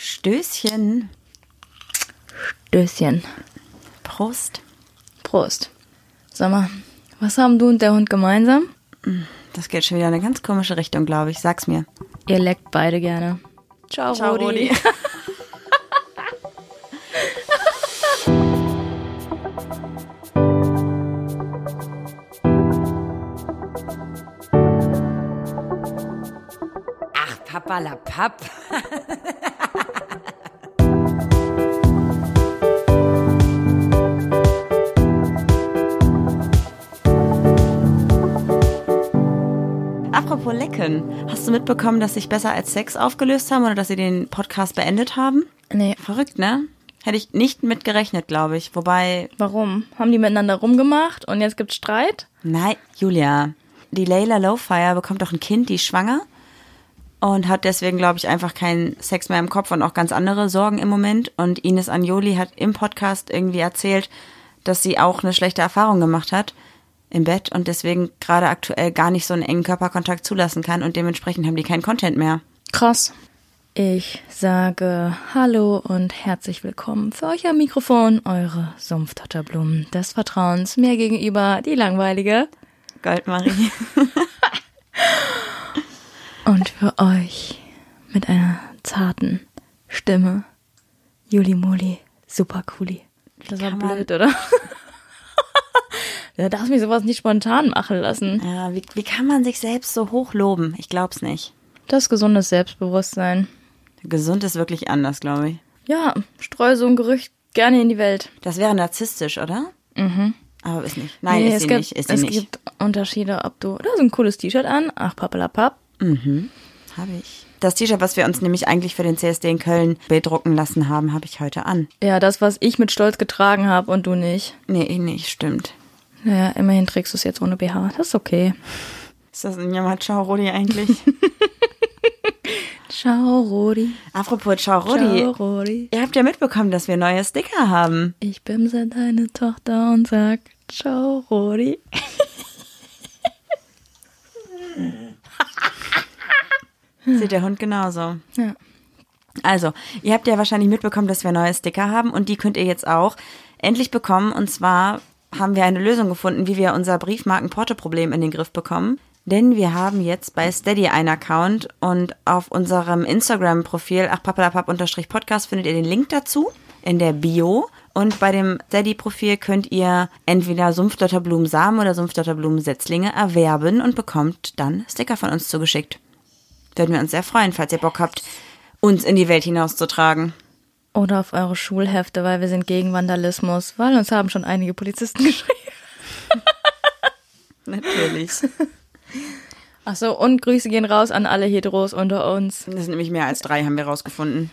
Stößchen. Stößchen. Prost. Prost. Sag mal, was haben du und der Hund gemeinsam? Das geht schon wieder in eine ganz komische Richtung, glaube ich. Sag's mir. Ihr leckt beide gerne. Ciao, Ciao, Rudi. Ach, Papalapap. Apropos Lecken. Hast du mitbekommen, dass sich besser als Sex aufgelöst haben oder dass sie den Podcast beendet haben? Nee, Verrückt, ne? Hätte ich nicht mit gerechnet, glaube ich. Wobei, warum? Haben die miteinander rumgemacht und jetzt gibt's Streit? nein, Julia. Die Layla Lowfire bekommt doch ein Kind, die ist schwanger und hat deswegen, glaube ich, einfach keinen Sex mehr im Kopf und auch ganz andere Sorgen im Moment. Und Ines Anjoli hat im Podcast irgendwie erzählt, dass sie auch eine schlechte Erfahrung gemacht hat im Bett und deswegen gerade aktuell gar nicht so einen engen Körperkontakt zulassen kann und dementsprechend haben die keinen Content mehr. Krass. Ich sage Hallo und herzlich willkommen für euch am Mikrofon, eure Sumpftotterblumen des Vertrauens, mir gegenüber die langweilige Goldmarie. und für euch mit einer zarten Stimme, Juli Muli, super cooli. Das war kann man- blöd, oder? da darfst du mich sowas nicht spontan machen lassen. Ja, wie, wie kann man sich selbst so hoch loben? Ich glaub's nicht. Das ist gesundes Selbstbewusstsein. Gesund ist wirklich anders, glaube ich. Ja, streu so ein Gerücht gerne in die Welt. Das wäre narzisstisch, oder? Mhm. Aber ist nicht. Nein, Nee, ist es sie gibt, nicht. Ist sie es nicht. gibt Unterschiede, ob du. Da ist ein cooles T-Shirt an. Ach, pappalapapp. Habe ich. Das T-Shirt, was wir uns nämlich eigentlich für den CSD in Köln bedrucken lassen haben, habe ich heute an. Ja, das, was ich mit Stolz getragen habe und du nicht. Nee, eh nicht, stimmt. Naja, immerhin trägst du es jetzt ohne BH. Das ist okay. Ist das ein Yamachao Rudi eigentlich? Ciao, Rodi. Apropos Ciao Rudi. Ciao, Rodi. Ihr habt ja mitbekommen, dass wir neue Sticker haben. Ich bimse deine Tochter und sag Ciao, Rodi. Hm. Sieht der Hund genauso. Ja. Also, ihr habt ja wahrscheinlich mitbekommen, dass wir neue Sticker haben und die könnt ihr jetzt auch endlich bekommen. Und zwar haben wir eine Lösung gefunden, wie wir unser Briefmarkenporte-Problem in den Griff bekommen. Denn wir haben jetzt bei Steady einen Account und auf unserem Instagram-Profil achpapalapap-podcast findet ihr den Link dazu in der Bio. Und bei dem Steady-Profil könnt ihr entweder Sumpfdotterblumensamen oder Sumpfdotterblumensetzlinge erwerben und bekommt dann Sticker von uns zugeschickt. Würden wir uns sehr freuen, falls ihr Bock habt, uns in die Welt hinauszutragen. Oder auf eure Schulhefte, weil wir sind gegen Vandalismus, weil uns haben schon einige Polizisten geschrieben. Natürlich. Achso, und Grüße gehen raus an alle Heteros unter uns. Das sind nämlich mehr als drei, haben wir rausgefunden.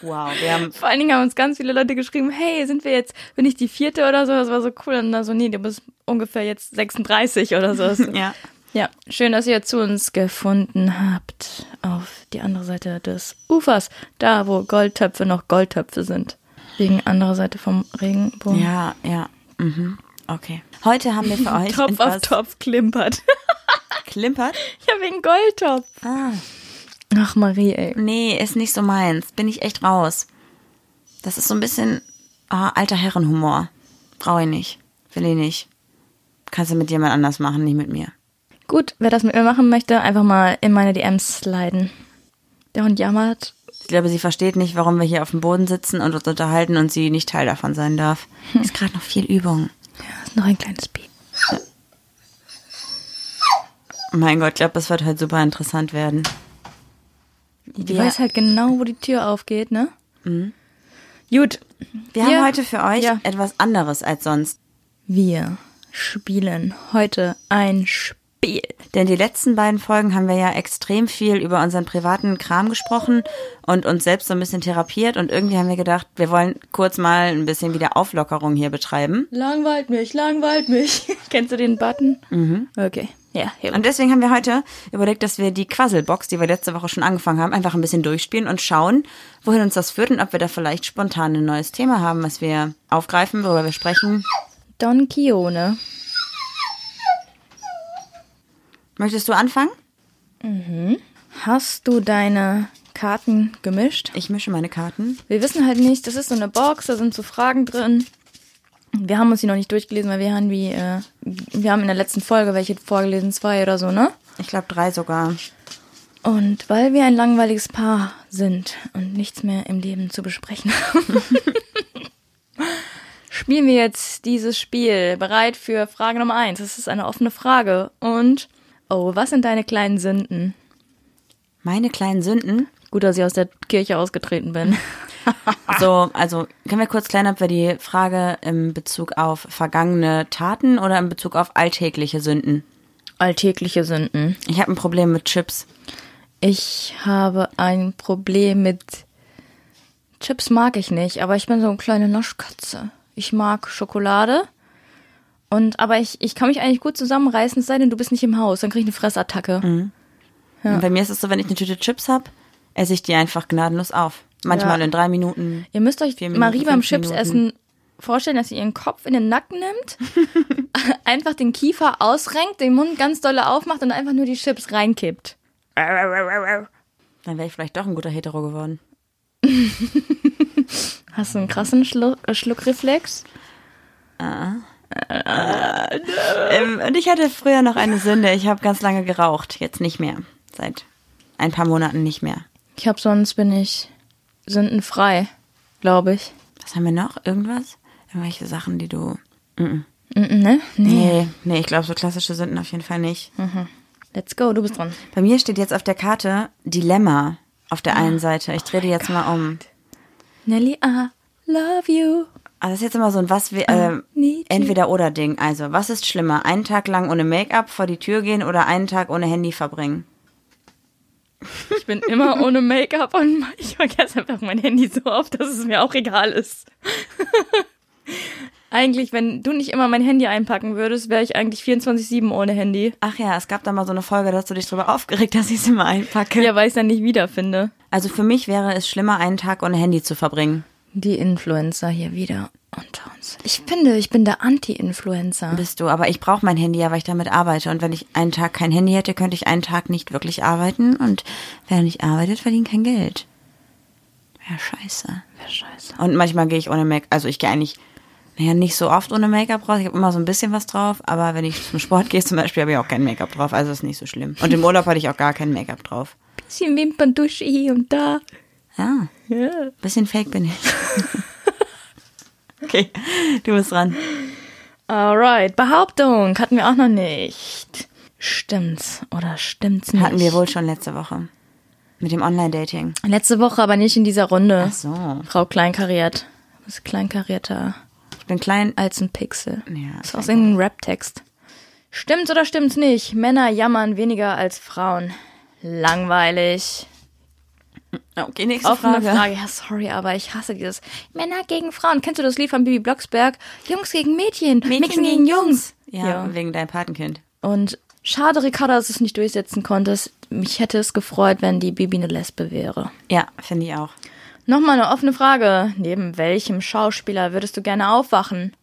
Wow, wir haben. Vor allen Dingen haben uns ganz viele Leute geschrieben, hey, sind wir jetzt, bin ich die vierte oder so? Das war so cool. Und dann so, nee, du bist ungefähr jetzt 36 oder so. Ja. ja, schön, dass ihr zu uns gefunden habt. Auf die andere Seite des Ufers, da wo Goldtöpfe noch Goldtöpfe sind. Wegen andere Seite vom Regenbogen. Ja, ja. Mhm. Okay. Heute haben wir für euch. Topf auf etwas Topf klimpert. Klimpert? ja, wegen Goldtopf. Ah. Ach, Marie, ey. Nee, ist nicht so meins. Bin ich echt raus. Das ist so ein bisschen ah, alter Herrenhumor. Brauche ich nicht. Will ich nicht. Kannst du mit jemand anders machen, nicht mit mir. Gut, wer das mit mir machen möchte, einfach mal in meine DMs sliden. Der Hund jammert. Ich glaube, sie versteht nicht, warum wir hier auf dem Boden sitzen und uns unterhalten und sie nicht Teil davon sein darf. Hm. Ist gerade noch viel Übung. Ja, ist noch ein kleines Baby. Mein Gott, ich glaube, das wird halt super interessant werden. Die Ja. weiß halt genau, wo die Tür aufgeht, ne? Gut. Wir Ja. haben heute für euch Ja. etwas anderes als sonst. Wir spielen heute ein Spiel. Denn die letzten beiden Folgen haben wir ja extrem viel über unseren privaten Kram gesprochen und uns selbst so ein bisschen therapiert. Und irgendwie haben wir gedacht, wir wollen kurz mal ein bisschen wieder Auflockerung hier betreiben. Langweilt mich, langweilt mich. Kennst du den Button? Mhm. Okay. Ja, hier. Und deswegen haben wir heute überlegt, dass wir die Quasselbox, die wir letzte Woche schon angefangen haben, einfach ein bisschen durchspielen und schauen, wohin uns das führt und ob wir da vielleicht spontan ein neues Thema haben, was wir aufgreifen, worüber wir sprechen. Don Quixote. Möchtest du anfangen? Hast du deine Karten gemischt. Ich mische meine Karten. Wir wissen halt nicht, das ist so eine Box, da sind so Fragen drin. Wir haben uns die noch nicht durchgelesen, weil wir haben wie, äh, wir haben in der letzten Folge welche vorgelesen, zwei oder so, ne? Ich glaube drei sogar. Und weil wir ein langweiliges Paar sind und nichts mehr im Leben zu besprechen haben, spielen wir jetzt dieses Spiel. Bereit für Frage Nummer eins. Das ist eine offene Frage. Und, oh, was sind deine kleinen Sünden? Meine kleinen Sünden. Gut, dass ich aus der Kirche ausgetreten bin. So, also können wir kurz klären, ob wir die Frage im Bezug auf vergangene Taten oder im Bezug auf alltägliche Sünden. Alltägliche Sünden. Ich habe ein Problem mit Chips. Ich habe ein Problem mit Chips mag ich nicht, aber ich bin so eine kleine Naschkatze. Ich mag Schokolade. Und aber ich, ich kann mich eigentlich gut zusammenreißen, es sei denn, du bist nicht im Haus, dann krieg ich eine Fressattacke. Mhm. Und bei mir ist es so, wenn ich eine Tüte Chips habe, esse ich die einfach gnadenlos auf. Manchmal Ja. in drei Minuten. Ihr müsst euch Vier Marie Minuten, beim fünf Chips essen vorstellen, dass sie ihren Kopf in den Nacken nimmt, einfach den Kiefer ausrenkt, den Mund ganz dolle aufmacht und einfach nur die Chips reinkippt. Dann wäre ich vielleicht doch ein guter Hetero geworden. Hast du einen krassen Schluck, äh, Schluckreflex? Ähm, und ich hatte früher noch eine Sünde. Ich habe ganz lange geraucht. Jetzt nicht mehr. Seit ein paar Monaten nicht mehr. Ich hab sonst bin ich sündenfrei, glaube ich. Was haben wir noch? Irgendwas? Irgendwelche Sachen, die du. Mm -mm, ne? Nee. Nee, nee, ich glaube, so klassische Sünden auf jeden Fall nicht. Let's go, du bist dran. Bei mir steht jetzt auf der Karte Dilemma auf der einen Seite. Ich drehe die jetzt mal um. Nelly, I love you. Also das ist jetzt immer so ein was wir äh, need you. entweder oder Ding. Also was ist schlimmer, einen Tag lang ohne Make-up vor die Tür gehen oder einen Tag ohne Handy verbringen? Ich bin immer ohne Make-up und ich vergesse einfach mein Handy so oft, dass es mir auch egal ist. eigentlich, wenn du nicht immer mein Handy einpacken würdest, wäre ich eigentlich 24-7 ohne Handy. Ach ja, es gab da mal so eine Folge, da hast du dich drüber aufgeregt, dass ich es immer einpacke. Ja, weil ich es dann nicht wiederfinde. Also für mich wäre es schlimmer, einen Tag ohne Handy zu verbringen. Die Influencer hier wieder unter uns. Ich finde, ich bin der Anti-Influencer. Bist du, aber ich brauche mein Handy ja, weil ich damit arbeite. Und wenn ich einen Tag kein Handy hätte, könnte ich einen Tag nicht wirklich arbeiten. Und wer nicht arbeitet, verdient kein Geld. Ja, scheiße. Scheiße. Und manchmal gehe ich ohne Make-up, also ich gehe eigentlich, naja, nicht so oft ohne Make-up raus. Ich habe immer so ein bisschen was drauf, aber wenn ich zum Sport gehe zum Beispiel, habe ich auch kein Make-up drauf, also ist nicht so schlimm. Und im Urlaub hatte ich auch gar kein Make-up drauf. Bisschen Wimperndusche hier und da. Ja, Ja. bisschen fake bin ich. okay, du bist dran. Alright, Behauptung hatten wir auch noch nicht. Stimmt's oder stimmt's nicht? Hatten wir wohl schon letzte Woche. Mit dem Online-Dating. Letzte Woche, aber nicht in dieser Runde. Ach so. Frau Kleinkariert. Was ist kleinkarierter Ich bin klein. als ein Pixel? Ja, ist aus irgendeinem Rap-Text. Stimmt's oder stimmt's nicht? Männer jammern weniger als Frauen. Langweilig. Okay, nächste Offene Frage. Ah, Frage. Ja, sorry, aber ich hasse dieses Männer gegen Frauen. Kennst du das Lied von Bibi Blocksberg? Jungs gegen Mädchen, Mädchen, gegen Jungs. Ja, wegen deinem Patenkind. Und schade, Ricarda, dass du es nicht durchsetzen konntest. Mich hätte es gefreut, wenn die Bibi eine Lesbe wäre. Ja, finde ich auch. Nochmal eine offene Frage. Neben welchem Schauspieler würdest du gerne aufwachen?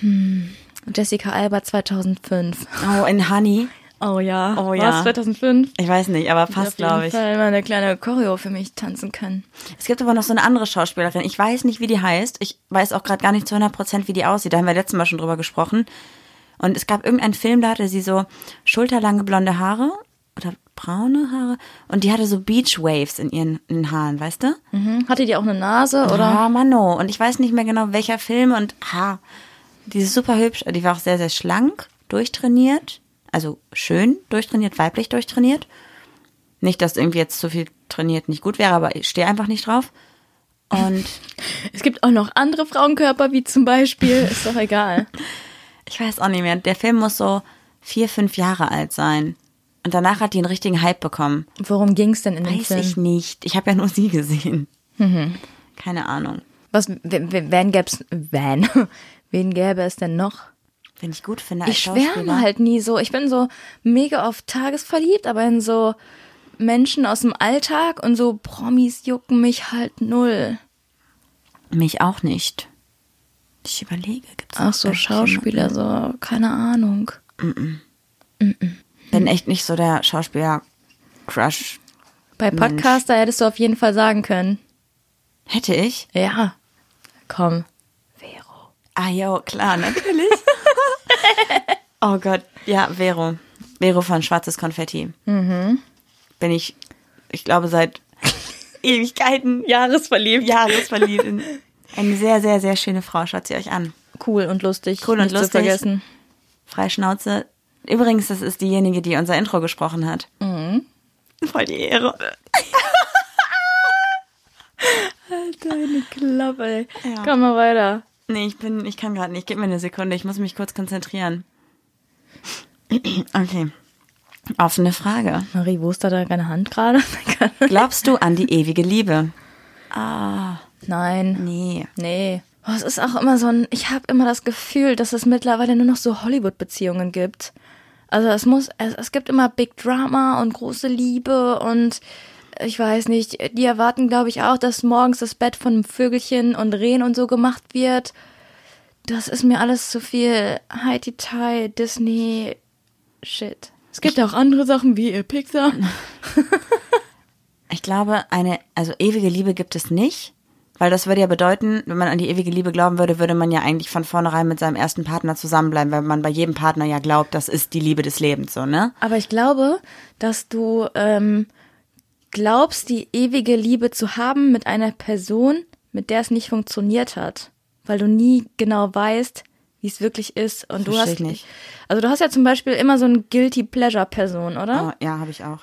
Hm. Jessica Alba 2005. Oh, in Honey. Oh ja. Oh Was, ja. 2005? Ich weiß nicht, aber passt, glaube Auf jeden ich. Fall mal eine kleine Choreo für mich tanzen können. Es gibt aber noch so eine andere Schauspielerin. Ich weiß nicht, wie die heißt. Ich weiß auch gerade gar nicht zu 100 Prozent, wie die aussieht. Da haben wir letztes Mal schon drüber gesprochen. Und es gab irgendeinen Film, da hatte sie so schulterlange blonde Haare oder braune Haare. Und die hatte so Beach Waves in ihren in den Haaren, weißt du? Mhm. Hatte die auch eine Nase oder? Ah, Mano. Und ich weiß nicht mehr genau, welcher Film. Und ha, die ist super hübsch. Die war auch sehr, sehr schlank, durchtrainiert. Also schön durchtrainiert, weiblich durchtrainiert. Nicht, dass irgendwie jetzt zu viel trainiert nicht gut wäre, aber ich stehe einfach nicht drauf. Und Es gibt auch noch andere Frauenkörper, wie zum Beispiel, ist doch egal. Ich weiß auch nicht mehr. Der Film muss so vier, fünf Jahre alt sein. Und danach hat die einen richtigen Hype bekommen. Worum ging's denn in dem Weiß Film? ich nicht. Ich habe ja nur sie gesehen. Mhm. Keine Ahnung. Was, w- w- wen gäb's, wen? Wen gäbe es denn noch? Wenn ich gut finde als Ich Schauspieler. schwärme halt nie so. Ich bin so mega auf tagesverliebt, aber in so Menschen aus dem Alltag und so Promis jucken mich halt null. Mich auch nicht. Ich überlege, gibt's Ach so, noch Schauspieler, so, keine Ahnung. Bin echt nicht so der Schauspieler-Crush. Bei Podcaster hättest du auf jeden Fall sagen können. Hätte ich? Ja. Komm. Vero. Ah ja, klar, natürlich. oh Gott, ja, Vero. Vero von Schwarzes Konfetti. Mhm. Bin ich, ich glaube, seit Ewigkeiten Jahresverliebt. Ja. jahresverliebt in eine sehr, sehr, sehr schöne Frau. Schaut sie euch an. Cool und lustig. Cool und nicht lustig. zu vergessen. Freischnauze. Übrigens, das ist diejenige, die unser Intro gesprochen hat. Mhm. Voll die Ehre. Deine Klappe, ey. Ja. Komm mal weiter. Nee, ich bin, ich kann gerade nicht. Gib mir eine Sekunde, ich muss mich kurz konzentrieren. Okay. Offene Frage. Marie, wo ist da deine Hand gerade? Glaubst du an die ewige Liebe? Nein. Nee. Nee. Oh, es ist auch immer so ein, ich habe immer das Gefühl, dass es mittlerweile nur noch so Hollywood-Beziehungen gibt. Also es muss, es, es gibt immer Big Drama und große Liebe und ich weiß nicht, die erwarten, glaube ich, auch, dass morgens das Bett von Vögelchen und Rehen und so gemacht wird. Das ist mir alles zu viel High-Detail, Disney, Shit. Es gibt ja auch andere Sachen wie äh, Pixar. Ich glaube, eine, also ewige Liebe gibt es nicht. Weil das würde ja bedeuten, wenn man an die ewige Liebe glauben würde, würde man ja eigentlich von vornherein mit seinem ersten Partner zusammenbleiben, weil man bei jedem Partner ja glaubt, das ist die Liebe des Lebens, so, ne? Aber ich glaube, dass du ähm, glaubst, die ewige Liebe zu haben mit einer Person, mit der es nicht funktioniert hat, weil du nie genau weißt, wie es wirklich ist. Und du Versteh hast ich nicht. also du hast ja zum Beispiel immer so eine guilty pleasure Person, Oh, oder? ja, habe ich auch.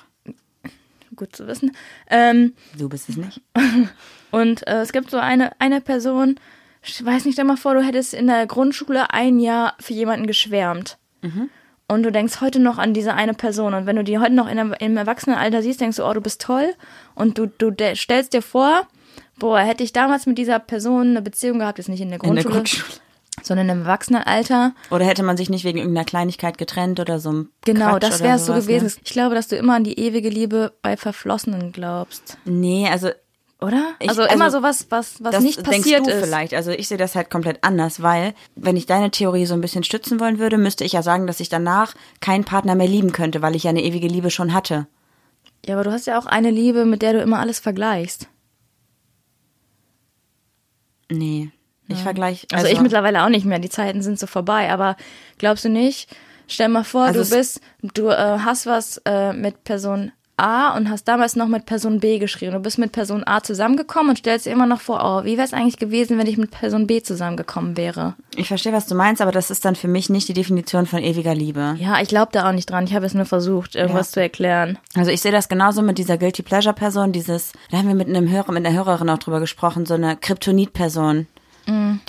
Gut zu wissen. Ähm, Du bist es nicht. und äh, es gibt so eine eine Person. Ich weiß nicht, stell mal vor, du hättest in der Grundschule ein Jahr für jemanden geschwärmt. Mhm. und du denkst heute noch an diese eine Person und wenn du die heute noch in einem, im Erwachsenenalter siehst, denkst du, oh, du bist toll und du, du de- stellst dir vor, boah, hätte ich damals mit dieser Person eine Beziehung gehabt, jetzt nicht in der In Grundschule, der Grundschule. sondern im Erwachsenenalter, Oder hätte man sich nicht wegen irgendeiner Kleinigkeit getrennt oder so ein genau, Quatsch das oder wäre es so sowas, ne? gewesen. Ich glaube, dass du immer an die ewige Liebe bei Verflossenen glaubst, Ne? Nee, also oder? Ich- also, immer also, so was, was, was das nicht passiert denkst du ist. vielleicht. Also ich sehe das halt komplett anders, weil wenn ich deine Theorie so ein bisschen stützen wollen würde, müsste ich ja sagen, dass ich danach keinen Partner mehr lieben könnte, weil ich ja eine ewige Liebe schon hatte. Ja, aber du hast ja auch eine Liebe, mit der du immer alles vergleichst. Nee. Ich vergleiche. Also, ich mittlerweile auch nicht mehr. Die Zeiten sind so vorbei. Aber glaubst du nicht? Stell mal vor, Also es- du bist, du äh, hast was äh, mit Person A und hast damals noch mit Person B geschrieben. Du bist mit Person A zusammengekommen und stellst dir immer noch vor, oh, wie wäre es eigentlich gewesen, wenn ich mit Person B zusammengekommen wäre? Ich verstehe, was du meinst, aber das ist dann für mich nicht die Definition von ewiger Liebe. Ja, ich glaube da auch nicht dran. Ich habe es nur versucht, irgendwas Ja. zu erklären. Also ich sehe das genauso mit dieser Guilty Pleasure Person, dieses, da haben wir mit einem Hörer, mit einer Hörerin auch drüber gesprochen, so eine Kryptonit Person,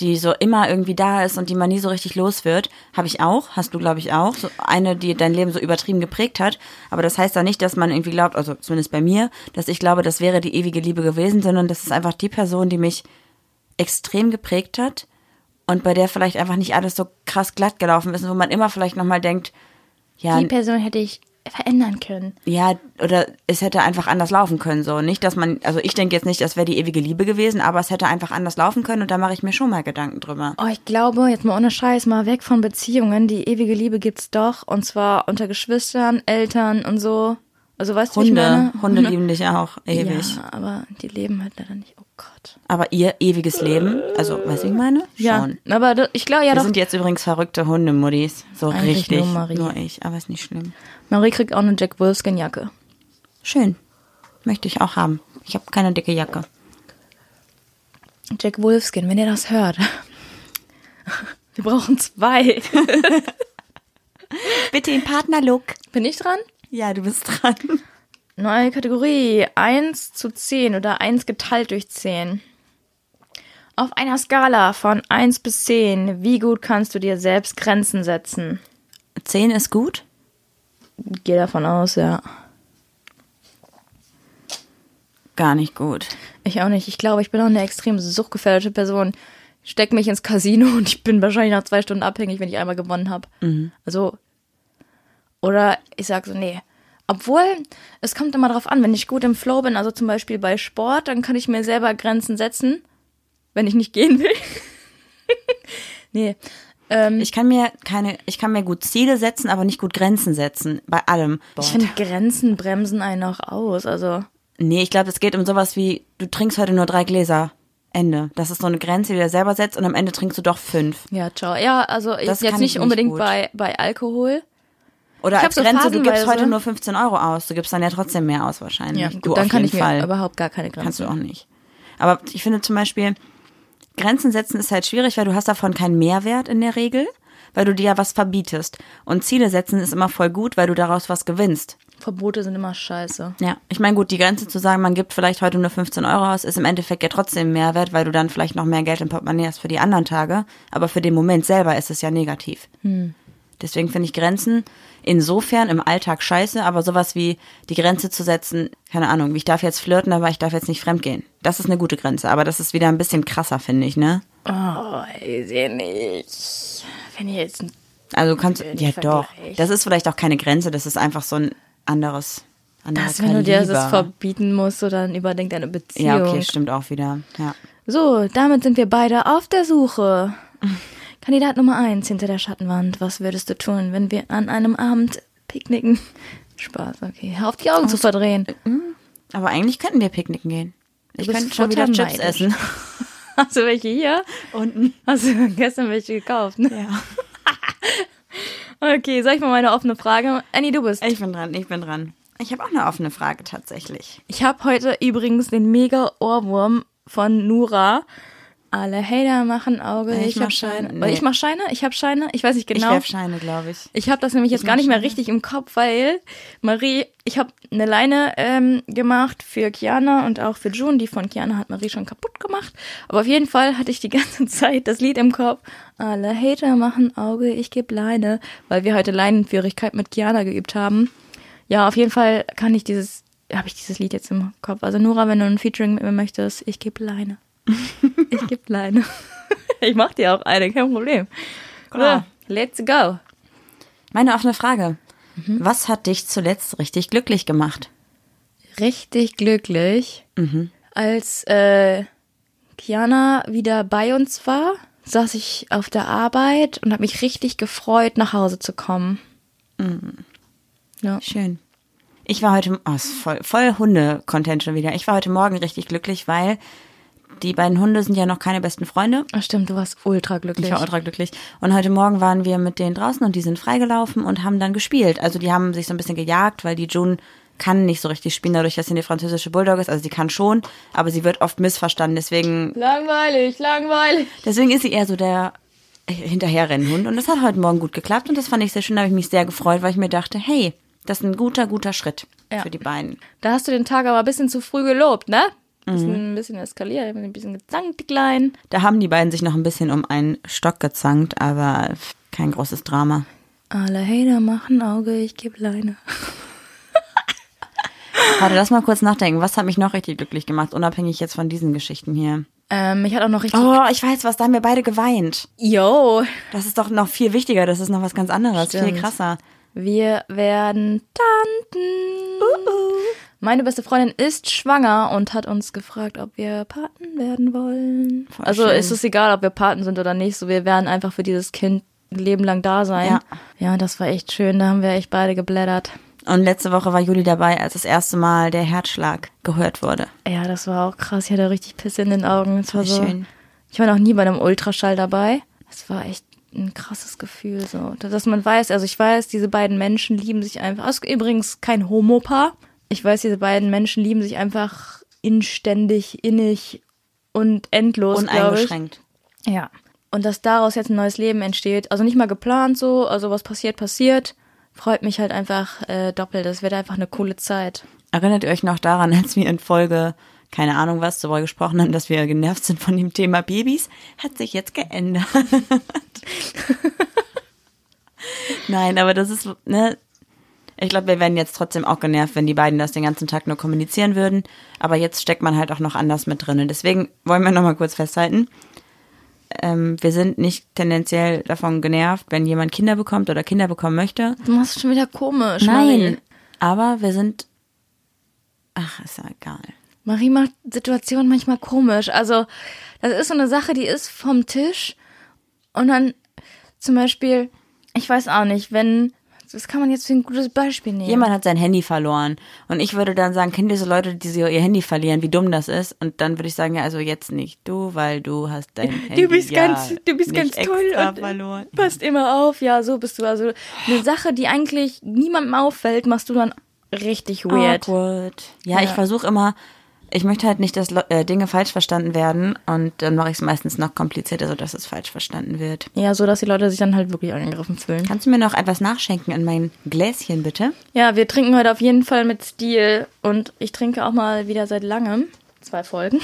die so immer irgendwie da ist und die man nie so richtig los wird, habe ich auch, hast du glaube ich auch, so eine, die dein Leben so übertrieben geprägt hat, aber das heißt ja nicht, dass man irgendwie glaubt, also zumindest bei mir, dass ich glaube, das wäre die ewige Liebe gewesen, sondern das ist einfach die Person, die mich extrem geprägt hat und bei der vielleicht einfach nicht alles so krass glatt gelaufen ist, und wo man immer vielleicht noch mal denkt, ja, Die Person hätte ich verändern können. ja, oder es hätte einfach anders laufen können, so. Nicht, dass man, also ich denke jetzt nicht, das wäre die ewige Liebe gewesen, aber es hätte einfach anders laufen können und da mache ich mir schon mal Gedanken drüber. Oh, ich glaube, jetzt mal ohne Scheiß, mal weg von Beziehungen. Die ewige Liebe gibt's doch. Und zwar unter Geschwistern, Eltern und so. Also weißt du, wie ich Hunde, meine? Hunde lieben dich auch ewig. Ja, aber die leben halt leider nicht. Oh Gott. Aber ihr ewiges Leben, also, weißt du, wie ich meine? Schon. Ja, aber da- ich glaube ja Wir doch, sind jetzt übrigens verrückte Hundemuddies. So Eigentlich richtig. nur Marie. nur ich, aber ist nicht schlimm. Marie kriegt auch eine Jack Wolfskin Jacke. Schön. Möchte ich auch haben. Ich habe keine dicke Jacke. Jack Wolfskin, wenn ihr das hört. Wir brauchen zwei. Bitte den Partnerlook. Bin ich dran? Ja, du bist dran. Neue Kategorie. 1 zu 10 oder 1 geteilt durch 10. Auf einer Skala von 1 bis 10, wie gut kannst du dir selbst Grenzen setzen? Zehn ist gut. Geh davon aus, ja. Gar nicht gut. Ich auch nicht. Ich glaube, ich bin auch eine extrem suchtgefährdete Person. Ich Steck mich ins Casino und ich bin wahrscheinlich nach zwei Stunden abhängig, wenn ich einmal gewonnen habe. Mhm. Also, oder ich sag so, nee. Obwohl, es kommt immer drauf an, wenn ich gut im Flow bin, also zum Beispiel bei Sport, dann kann ich mir selber Grenzen setzen, wenn ich nicht gehen will. nee. Ähm, Ich kann mir keine, ich kann mir gut Ziele setzen, aber nicht gut Grenzen setzen. Bei allem. ich finde, Grenzen bremsen einen auch aus. Also, Nee, ich glaube, es geht um sowas wie, du trinkst heute nur drei Gläser. Ende. Das ist so eine Grenze, die du selber setzt und am Ende trinkst du doch fünf. Ja, ciao. Ja, also ich Das jetzt kann nicht ich nicht unbedingt gut. bei, bei Alkohol. Oder Ich hab als so Grenze, du gibst phasenweise- heute nur 15 Euro aus. Du gibst dann ja trotzdem mehr aus wahrscheinlich. Ja, du gut, dann auf kann jeden ich mir Fall. überhaupt gar keine Kannst du Grenzen. auch nicht. Aber ich finde zum Beispiel, Grenzen setzen ist halt schwierig, weil du hast davon keinen Mehrwert in der Regel, weil du dir ja was verbietest. Und Ziele setzen ist immer voll gut, weil du daraus was gewinnst. Verbote sind immer scheiße. Ja, ich meine, gut, die Grenze zu sagen, man gibt vielleicht heute nur 15 Euro aus, ist im Endeffekt ja trotzdem Mehrwert, weil du dann vielleicht noch mehr Geld im Portemonnaie hast für die anderen Tage. Aber für den Moment selber ist es ja negativ. Hm. Deswegen finde ich Grenzen insofern im Alltag scheiße, aber sowas wie die Grenze zu setzen, keine Ahnung, ich darf jetzt flirten, aber ich darf jetzt nicht fremdgehen. Das ist eine gute Grenze, aber das ist wieder ein bisschen krasser, finde ich, ne? Oh, ich sehe nicht. Wenn ihr jetzt Also du kannst, ja doch, Vergleich. das ist vielleicht auch keine Grenze, das ist einfach so ein anderes, anderes das, wenn du dir das Kaliber. verbieten musst, so dann überdenk deine Beziehung. Ja, okay, stimmt auch wieder, ja. So, damit sind wir beide auf der Suche. Kandidat Nummer eins hinter der Schattenwand. Was würdest du tun, wenn wir an einem Abend picknicken? Spaß, okay. Hör auf die Augen zu verdrehen. Aber eigentlich könnten wir picknicken gehen. Ich bist könnte schon wieder total Chips neidisch. essen. Hast du welche hier? Unten. Hast du gestern welche gekauft? Ne? Ja. Okay, soll ich mal meine offene Frage? Annie, du bist. Ich bin dran, ich bin dran. Ich habe auch eine offene Frage tatsächlich. Ich habe heute übrigens den mega Ohrwurm von Nura. Alle Hater machen Auge. Ich hab mach Scheine. Oder Ich Nee. mach Scheine. Ich habe Scheine. Ich weiß nicht Ich genau. werf Scheine, glaube ich. Ich habe das nämlich jetzt gar nicht mehr richtig im Kopf, weil Marie, ich habe eine Leine ähm, gemacht für Kiana und auch für June. Die von Kiana hat Marie schon kaputt gemacht. Aber auf jeden Fall hatte ich die ganze Zeit das Lied im Kopf. Alle Hater machen Auge, ich geb Leine, weil wir heute Leinenführigkeit mit Kiana geübt haben. Ja, auf jeden Fall kann ich dieses, habe ich dieses Lied jetzt im Kopf. Also Nora, wenn du ein Featuring mit mir möchtest, ich geb Leine. ich geb Leine. ich mach dir auch eine, kein Problem. Klar. So, let's go. Meine offene Frage. Was hat dich zuletzt richtig glücklich gemacht? richtig glücklich, Mhm. als äh, Kiana wieder bei uns war. Saß ich auf der Arbeit und habe mich richtig gefreut, nach Hause zu kommen. Mhm. Ja. Schön. Ich war heute, oh, ist voll, voll Hunde-Content schon wieder. Ich war heute Morgen richtig glücklich, weil die beiden Hunde sind ja noch keine besten Freunde. Ach stimmt, du warst ultra glücklich. Ich war ultra glücklich. Und heute Morgen waren wir mit denen draußen und die sind freigelaufen und haben dann gespielt. Also die haben sich so ein bisschen gejagt, weil die June kann nicht so richtig spielen, dadurch, dass sie eine französische Bulldog ist. Also sie kann schon, aber sie wird oft missverstanden. Deswegen, langweilig, langweilig. deswegen ist sie eher so der Hinterherrennenhund. Und das hat heute Morgen gut geklappt und das fand ich sehr schön. Da habe ich mich sehr gefreut, weil ich mir dachte, hey, das ist ein guter, guter Schritt Ja. für die beiden. Da hast du den Tag aber ein bisschen zu früh gelobt, ne? Mhm. Bisschen, Ein bisschen eskaliert, ein bisschen gezankt, die Kleinen. Da haben die beiden sich noch ein bisschen um einen Stock gezankt, aber kein großes Drama. Alle Hater machen Auge, ich geb Leine. Warte, lass mal kurz nachdenken. Was hat mich noch richtig glücklich gemacht, unabhängig jetzt von diesen Geschichten hier? Ähm, ich hatte auch noch richtig... Oh, ich weiß was, da haben wir beide geweint. Yo, Das ist doch noch viel wichtiger, das ist noch was ganz anderes, Stimmt. viel krasser. Wir werden Tanten. Uh-uh. Meine beste Freundin ist schwanger und hat uns gefragt, ob wir Paten werden wollen. Voll also schön. ist es egal, ob wir Paten sind oder nicht. So, wir werden einfach für dieses Kind ein Leben lang da sein. Ja. ja, das war echt schön. Da haben wir echt beide geblättert. Und letzte Woche war Juli dabei, als das erste Mal der Herzschlag gehört wurde. Ja, das war auch krass. Ich hatte richtig Pisse in den Augen. Das war Voll so, schön. Ich war noch nie bei einem Ultraschall dabei. Es war echt ein krasses Gefühl, so, dass man weiß, also ich weiß, diese beiden Menschen lieben sich einfach. Es ist übrigens kein Homopaar. Ich weiß, diese beiden Menschen lieben sich einfach inständig, innig und endlos, glaube ich. Uneingeschränkt. Ja. Und dass daraus jetzt ein neues Leben entsteht, also nicht mal geplant so, also was passiert, passiert, freut mich halt einfach äh, doppelt. Das wird einfach eine coole Zeit. Erinnert ihr euch noch daran, als wir in Folge, keine Ahnung was, darüber gesprochen haben, dass wir genervt sind von dem Thema Babys? Hat sich jetzt geändert. Nein, aber das ist, ne? Ich glaube, wir wären jetzt trotzdem auch genervt, wenn die beiden das den ganzen Tag nur kommunizieren würden. Aber jetzt steckt man halt auch noch anders mit drin. Und deswegen wollen wir nochmal kurz festhalten. Ähm, wir sind nicht tendenziell davon genervt, wenn jemand Kinder bekommt oder Kinder bekommen möchte. Du machst es schon wieder komisch. Marie. Nein. Aber wir sind. Ach, ist ja egal. Marie macht Situationen manchmal komisch. Also, das ist so eine Sache, die ist vom Tisch. Und dann zum Beispiel, ich weiß auch nicht, wenn Das kann man jetzt für ein gutes Beispiel nehmen. Jemand hat sein Handy verloren. Und ich würde dann sagen, kennt ihr so Leute, die so ihr Handy verlieren, wie dumm das ist? Und dann würde ich sagen, ja, also jetzt nicht du, weil du hast dein Handy Du bist ja ganz, du bist ganz nicht toll extra und verloren. passt immer auf. Ja, so bist du. Also eine Sache, die eigentlich niemandem auffällt, machst du dann Ah, richtig weird. Awkward. Ja, ich Ja. versuche immer, ich möchte halt nicht, dass Le- äh, Dinge falsch verstanden werden und dann mache ich es meistens noch komplizierter, sodass es falsch verstanden wird. Ja, so dass die Leute sich dann halt wirklich angegriffen fühlen. Kannst du mir noch etwas nachschenken in mein Gläschen, bitte? Ja, wir trinken heute auf jeden Fall mit Stil und ich trinke auch mal wieder seit langem zwei Folgen.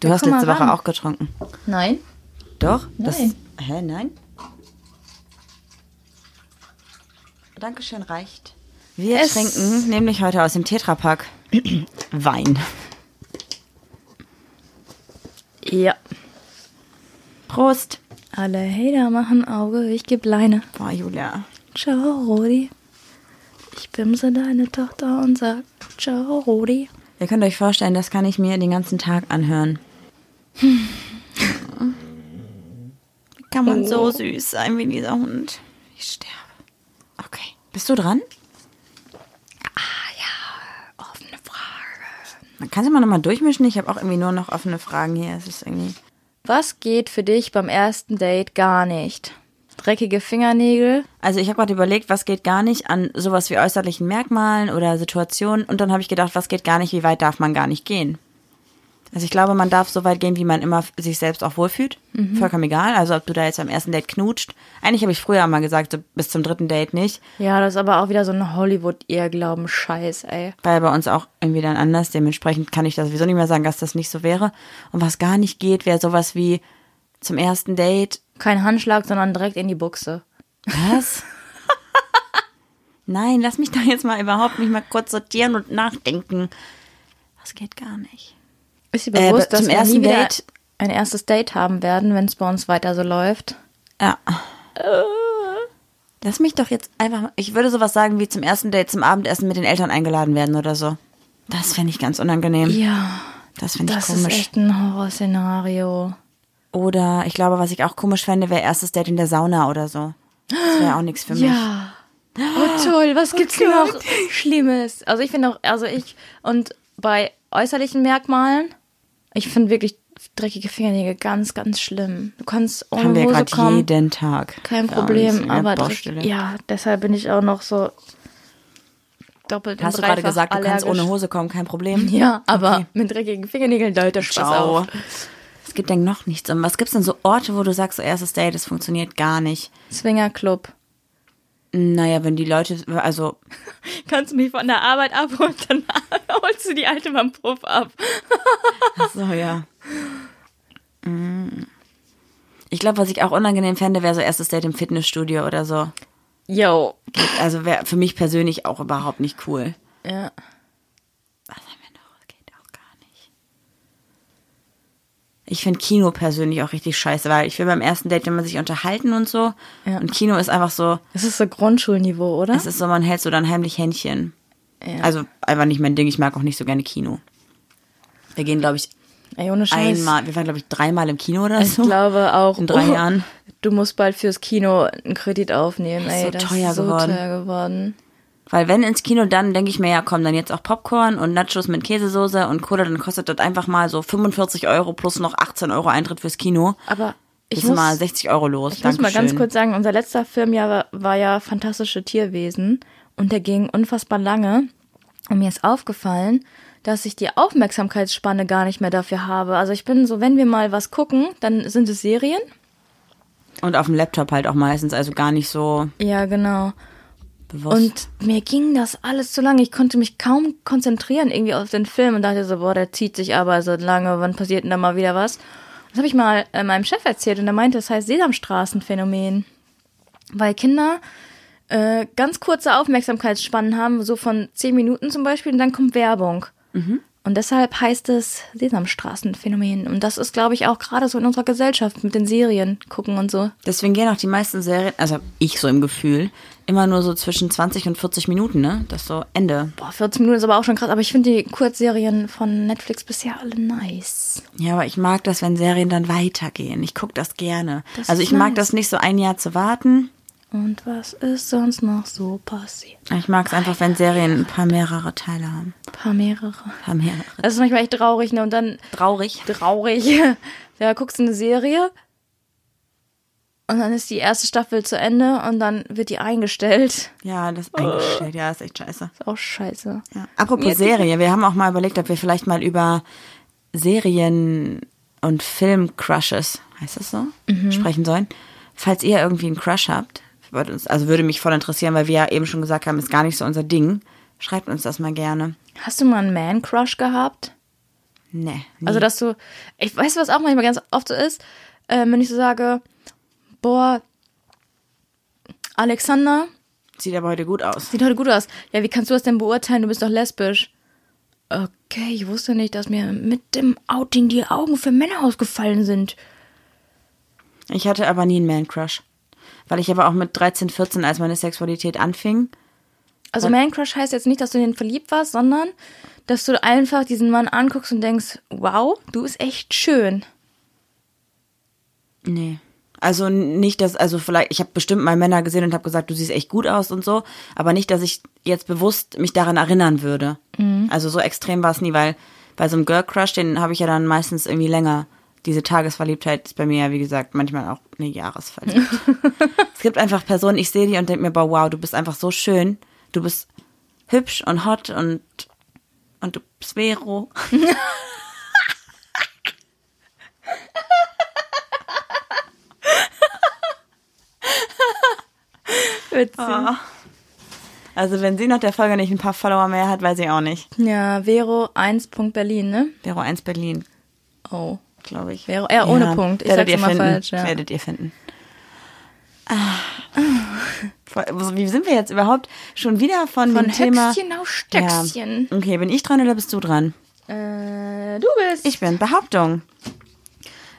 Du Ja, hast komm mal letzte Woche ran. auch getrunken. Nein. Doch? Das, Nein. hä, nein? Dankeschön, reicht. Wir Es- trinken nämlich heute aus dem Tetrapack Wein. Ja. Prost. Alle Hater machen Auge, ich geb Leine. Boah, Julia. Ciao, Rudi. Ich bimse deine Tochter und sag Ciao, Rudi. Ihr könnt euch vorstellen, das kann ich mir den ganzen Tag anhören. Wie kann man so süß sein wie dieser Hund? Ich sterbe. Okay. Ah, Bist du dran? Offene Frage. Dann Kannst du mal nochmal durchmischen? Ich habe auch irgendwie nur noch offene Fragen hier. Es ist irgendwie. Was geht für dich beim ersten Date gar nicht? Dreckige Fingernägel? Also ich habe gerade überlegt, was geht gar nicht an sowas wie äußerlichen Merkmalen oder Situationen und dann habe ich gedacht, was geht gar nicht, wie weit darf man gar nicht gehen? Also ich glaube, man darf so weit gehen, wie man immer f- sich selbst auch wohlfühlt. Vollkommen egal. Also ob du da jetzt beim ersten Date knutscht. Eigentlich habe ich früher mal gesagt, so bis zum dritten Date nicht, Ja, das ist aber auch wieder so ein Hollywood-Irrglauben-Scheiß, ey. weil bei uns auch irgendwie dann anders. Dementsprechend kann ich das sowieso nicht mehr sagen, dass das nicht so wäre. Und was gar nicht geht, wäre sowas wie zum ersten Date Kein Handschlag, sondern direkt in die Buchse. Was? Nein, lass mich da jetzt mal überhaupt nicht mal kurz sortieren und nachdenken. Das geht gar nicht. Ist dir Äh, bewusst, aber dass zum wir ersten nie wieder Date- ein erstes Date haben werden, wenn es bei uns weiter so läuft? Ja. Lass mich doch jetzt einfach. mal- Ich würde sowas sagen wie zum ersten Date zum Abendessen mit den Eltern eingeladen werden oder so. Das fände ich ganz unangenehm. Ja, Das finde ich das ist komisch. echt ein Horrorszenario. oder ich glaube, was ich auch komisch fände, wäre erstes Date in der Sauna oder so. Das wäre auch nichts für mich. Ja. Oh toll, was gibt's denn noch Schlimmes? Also ich finde auch, also ich und bei äußerlichen Merkmalen, ich finde wirklich dreckige Fingernägel ganz, ganz schlimm. Du kannst Haben wir ohne Hose gerade kommen, jeden Tag. kein Ja, Problem, und in der aber Baustelle. dreck- ja, deshalb bin ich auch noch so doppelt und Hast du gerade dreifach gesagt, du allergisch. kannst ohne Hose kommen, kein Problem. Ja, aber mit dreckigen Fingernägeln Leute Spaß Ciao. auf. Es gibt denn noch nichts. Und was gibt's denn so Orte, wo du sagst, so erstes Date, das funktioniert gar nicht? Swingerclub. Naja, wenn die Leute, also, Kannst du mich von der Arbeit abholen, dann holst du die alte beim Puff ab. so ja. Mm. Ich glaube, was ich auch unangenehm fände, wäre so erstes Date im Fitnessstudio oder so. Yo. Also wäre für mich persönlich auch überhaupt nicht cool. Ja. Was haben wir noch? Geht auch gar nicht. Ich finde Kino persönlich auch richtig scheiße, weil ich will beim ersten Date immer sich unterhalten und so. Ja. Und Kino ist einfach so, Das ist so Grundschulniveau, oder? Es ist so, man hält so dann heimlich Händchen. Ja. Also einfach nicht mein Ding. Ich mag auch nicht so gerne Kino. Wir gehen, glaube ich, Ey, ohne Scheiß. einmal, wir waren, glaube ich, dreimal im Kino oder Ich so. glaube auch. oh, In drei Jahren. Du musst bald fürs Kino einen Kredit aufnehmen. Ist Ey, so das teuer ist so geworden. teuer geworden. Weil wenn ins Kino, dann denke ich mir, ja komm, dann jetzt auch Popcorn und Nachos mit Käsesoße und Cola, dann kostet das einfach mal so 45 Euro plus noch 18 Euro Eintritt fürs Kino. Aber ich Ich muss, ist mal 60 Euro los. ich muss mal ganz Dankeschön. kurz sagen, unser letzter Filmjahr war, war ja Fantastische Tierwesen und der ging unfassbar lange. Und mir ist aufgefallen, dass ich die Aufmerksamkeitsspanne gar nicht mehr dafür habe. Also ich bin so, wenn wir mal was gucken, dann sind es Serien. Und auf dem Laptop halt auch meistens, also gar nicht so Ja, genau. bewusst. Und mir ging das alles zu lange. Ich konnte mich kaum konzentrieren irgendwie auf den Film und dachte so, boah, der zieht sich aber so lange. Wann passiert denn da mal wieder was? Das habe ich mal äh, meinem Chef erzählt und er meinte, das heißt Sesamstraßenphänomen. Weil Kinder äh, ganz kurze Aufmerksamkeitsspannen haben, so von 10 Minuten zum Beispiel, und dann kommt Werbung. Und deshalb heißt es Sesamstraßenphänomen. Und das ist, glaube ich, auch gerade so in unserer Gesellschaft mit den Serien gucken und so. Deswegen gehen auch die meisten Serien, also ich so im Gefühl, immer nur so zwischen 20 und 40 Minuten, ne? Das ist so Ende. Boah, 14 Minuten ist aber auch schon krass, aber ich finde die Kurzserien von Netflix bisher alle nice. Ja, aber ich mag das, wenn Serien dann weitergehen. Ich guck das gerne. Das also ist ich mag nice. das nicht so ein Jahr zu warten. Und was ist sonst noch so passiert? Ich mag es einfach, wenn Serien ein paar mehrere Teile haben. Ein paar mehrere. Ein paar mehrere. Das ist manchmal echt traurig, ne? Und dann Traurig. traurig. Ja, guckst du eine Serie und dann ist die erste Staffel zu Ende und dann wird die eingestellt. Ja, das eingestellt. Ja, ist echt scheiße. Ist auch scheiße. Ja. Apropos Serie, wir haben auch mal überlegt, ob wir vielleicht mal über Serien und Film-Crushes, heißt das so, Mhm. sprechen sollen. Falls ihr irgendwie einen Crush habt, würde uns, also würde mich voll interessieren, weil wir ja eben schon gesagt haben, ist gar nicht so unser Ding. Schreibt uns das mal gerne. Hast du mal einen Man-Crush gehabt? Nee. nie. Also, dass du. Ich weiß, was auch manchmal ganz oft so ist, äh, wenn ich so sage, boah, Alexander sieht aber heute gut aus. sieht heute gut aus. Ja, wie kannst du das denn beurteilen? Du bist doch lesbisch. Okay, ich wusste nicht, dass mir mit dem Outing die Augen für Männer ausgefallen sind. Ich hatte aber nie einen Man-Crush. Weil ich aber auch mit 13, 14, als meine Sexualität anfing, Also Man Crush heißt jetzt nicht, dass du in den verliebt warst, sondern dass du einfach diesen Mann anguckst und denkst, wow, du bist echt schön. Nee. Also nicht, dass, also vielleicht, ich habe bestimmt mal Männer gesehen und habe gesagt, du siehst echt gut aus und so, aber nicht, dass ich jetzt bewusst mich daran erinnern würde. Also so extrem war es nie, weil bei so einem Girl Crush, den habe ich ja dann meistens irgendwie länger. Diese Tagesverliebtheit ist bei mir ja, wie gesagt, manchmal auch eine Jahresverliebtheit. es gibt einfach Personen, ich sehe die und denke mir, boah, wow, du bist einfach so schön. Du bist hübsch und hot und, und du bist Vero. Witzig. Ah. Also wenn sie nach der Folge nicht ein paar Follower mehr hat, weiß ich auch nicht. Ja, Vero 1. Punkt Berlin, ne? Vero 1 Berlin. Oh. glaube ich. Wäre- ja, ohne Punkt. Ich werdet sag's ihr immer finden. falsch, ja. Werdet ihr finden. Ah. Voll- Wie sind wir jetzt überhaupt schon wieder von, Von dem Thema? Höchstchen auf Stöckchen. Ja. Okay, bin ich dran oder bist du dran? Äh, du bist. Ich bin Behauptung.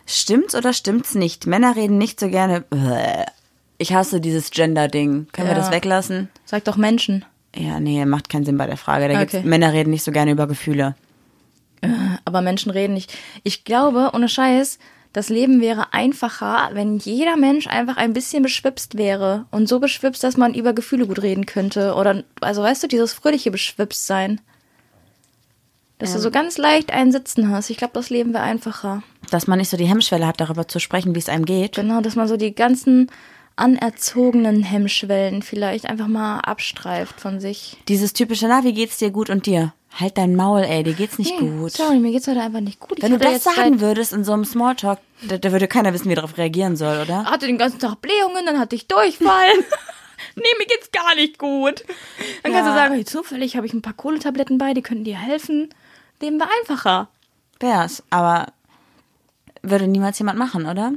Stimmt's oder stimmt's nicht? Männer reden nicht so gerne. Ich hasse dieses Gender-Ding. Können wir Ja. das weglassen? Sag doch Menschen. Ja, nee, macht keinen Sinn bei der Frage. Da gibt's, Okay. Männer reden nicht so gerne über Gefühle. Aber Menschen reden nicht. Ich glaube, ohne Scheiß, das Leben wäre einfacher, wenn jeder Mensch einfach ein bisschen beschwipst wäre. Und so beschwipst, dass man über Gefühle gut reden könnte. Oder, also weißt du, dieses fröhliche Beschwipstsein. Dass Ähm. du so ganz leicht einen Sitzen hast. Ich glaube, das Leben wäre einfacher. Dass man nicht so die Hemmschwelle hat, darüber zu sprechen, wie es einem geht. Genau, dass man so die ganzen anerzogenen Hemmschwellen vielleicht einfach mal abstreift von sich. Dieses typische, na, wie geht's dir gut und dir? Halt dein Maul, ey, dir geht's nicht Nee, gut. Hm, Sorry, mir geht's heute einfach nicht gut. Wenn du hatte das jetzt sagen würdest in so einem Smalltalk, da, da würde keiner wissen, wie darauf reagieren soll, oder? hatte den ganzen Tag Blähungen, dann hatte ich Durchfall. nee, mir geht's gar nicht gut. Dann kannst Ja. du sagen, hey, zufällig habe ich ein paar Kohletabletten bei, die können dir helfen. Leben wir einfacher. Wär's, aber würde niemals jemand machen, oder?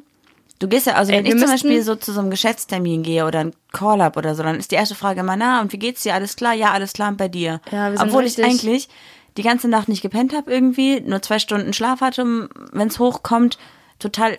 Du gehst ja, also wenn wir ich zum müssten- Beispiel so zu so einem Geschäftstermin gehe oder ein Call-Up oder so, dann ist die erste Frage immer, na, und wie geht's dir? Alles klar? Ja, alles klar, und bei dir. Ja, wir sind Obwohl ich richtig- eigentlich die ganze Nacht nicht gepennt habe irgendwie, nur zwei Stunden Schlaf hatte, wenn es hochkommt, total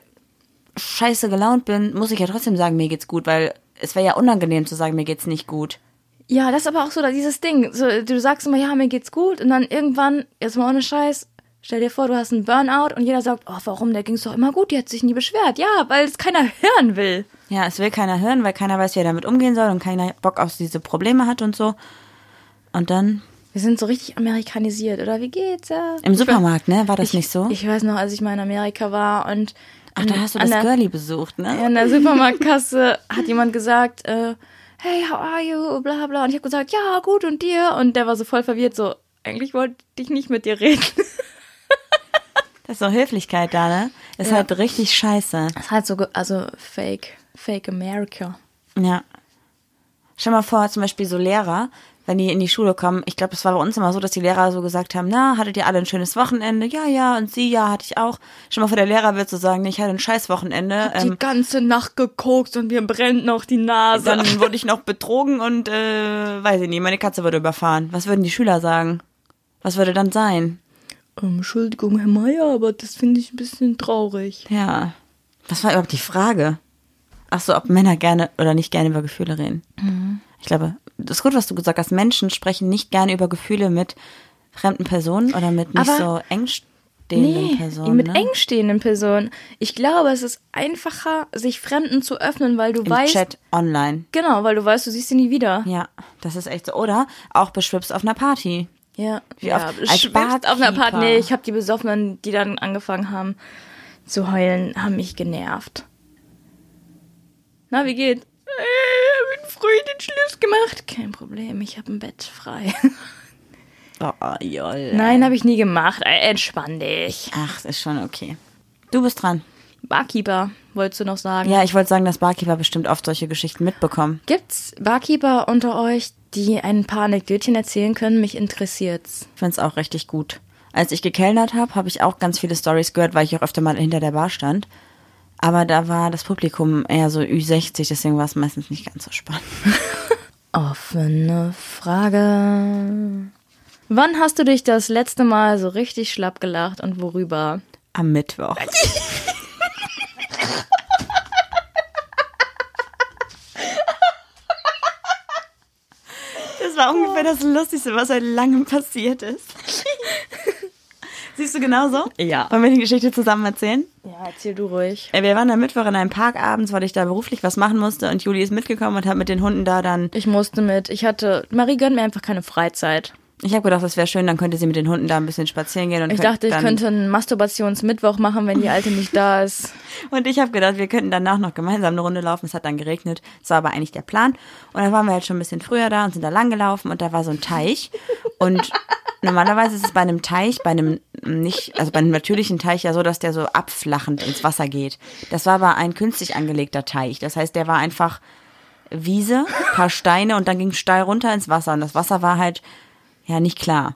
scheiße gelaunt bin, muss ich ja trotzdem sagen, mir geht's gut, weil es wäre ja unangenehm zu sagen, mir geht's nicht gut. Ja, das ist aber auch so dieses Ding. So, du sagst immer, ja, mir geht's gut. Und dann irgendwann, jetzt mal ohne Scheiß, stell dir vor, du hast einen Burnout und jeder sagt, oh, warum, der ging's doch immer gut, die hat sich nie beschwert. Ja, weil es keiner hören will. Ja, es will keiner hören, weil keiner weiß, wie er damit umgehen soll und keiner Bock auf diese Probleme hat und so. Und dann Wir sind so richtig amerikanisiert, oder? Wie geht's? Ja. im Supermarkt, ne? War das nicht so? Ich weiß noch, als ich mal in Amerika war und. Ach, da hast du das Girlie besucht, ne? In der Supermarktkasse hat jemand gesagt, äh, hey, how are you? Bla bla. Und ich habe gesagt, ja, gut und dir. Und der war so voll verwirrt, so, eigentlich wollte ich nicht mit dir reden. Das ist so Höflichkeit da, ne? Ist Ja. halt richtig scheiße. Das ist halt so, ge- also fake, fake America. Ja. Stell mal vor, zum Beispiel so Lehrer, wenn die in die Schule kommen, ich glaube, das war bei uns immer so, dass die Lehrer so gesagt haben, na, hattet ihr alle ein schönes Wochenende? Ja, ja, und sie, ja, hatte ich auch. Stell mal vor, der Lehrer wird so sagen, nee, ich hatte ein scheiß Wochenende. Ähm, die ganze Nacht gekokst und mir brennt noch die Nase. dann wurde ich noch betrogen und äh, weiß ich nicht, meine Katze wurde überfahren. Was würden die Schüler sagen? Was würde dann sein? Ähm, Entschuldigung, Herr Meier, aber das finde ich ein bisschen traurig. Ja. Was war überhaupt die Frage? Ach so, ob Männer gerne oder nicht gerne über Gefühle reden. Mhm. Ich glaube, das ist gut, was du gesagt hast. Menschen sprechen nicht gerne über Gefühle mit fremden Personen oder mit nicht Aber- so engstehenden Nee, Personen. mit ne? engstehenden Personen. Ich glaube, es ist einfacher, sich Fremden zu öffnen, weil du Im weißt. Chat online. Genau, weil du weißt, du siehst sie nie wieder. Ja, das ist echt so. Oder auch beschwipst auf einer Party. Ja. Wie ja. oft- als schwebst auf einer Party. Barkeeper. Nee, ich habe die Besoffenen, die dann angefangen haben zu heulen, haben mich genervt. Na, wie geht? Äh, Ich hab ihn früh den Schluss gemacht. Kein Problem, ich habe ein Bett frei. Oh, jol. Nein, habe ich nie gemacht. Ey, Entspann dich. Ach, ist schon okay. Du bist dran. Barkeeper, wolltest du noch sagen? Ja, ich wollte sagen, dass Barkeeper bestimmt oft solche Geschichten mitbekommen. Gibt's Barkeeper unter euch, die ein paar Anekdötchen erzählen können? Mich interessiert's. Ich find's auch richtig gut. Als ich gekellnert habe, habe ich auch ganz viele Stories gehört, weil ich auch öfter mal hinter der Bar stand. Aber da war das Publikum eher so Ü60, deswegen war es meistens nicht ganz so spannend. Offene Frage. Wann hast du dich das letzte Mal so richtig schlapp gelacht und worüber? Am Mittwoch. Das war ungefähr das Lustigste, was seit langem passiert ist. Siehst du genauso? Ja. Wollen wir die Geschichte zusammen erzählen? Ja, erzähl du ruhig. Äh, Wir waren am Mittwoch in einem Park abends, weil ich da beruflich was machen musste und Juli ist mitgekommen und hat mit den Hunden da dann. Ich musste mit. Ich hatte. Marie gönnt mir einfach keine Freizeit. Ich habe gedacht, das wäre schön, dann könnte sie mit den Hunden da ein bisschen spazieren gehen und Ich könnt dachte, ich dann, könnte einen Masturbationsmittwoch machen, wenn die Alte nicht da ist. Und ich habe gedacht, wir könnten danach noch gemeinsam eine Runde laufen. Es hat dann geregnet. Das war aber eigentlich der Plan. Und dann waren wir halt schon ein bisschen früher da und sind da lang gelaufen und da war so ein Teich. Und normalerweise ist es bei einem Teich, bei einem nicht, also bei einem natürlichen Teich ja so, dass der so abflachend ins Wasser geht. Das war aber ein künstlich angelegter Teich. Das heißt, der war einfach Wiese, paar Steine und dann ging steil runter ins Wasser. Und das Wasser war halt ja nicht klar.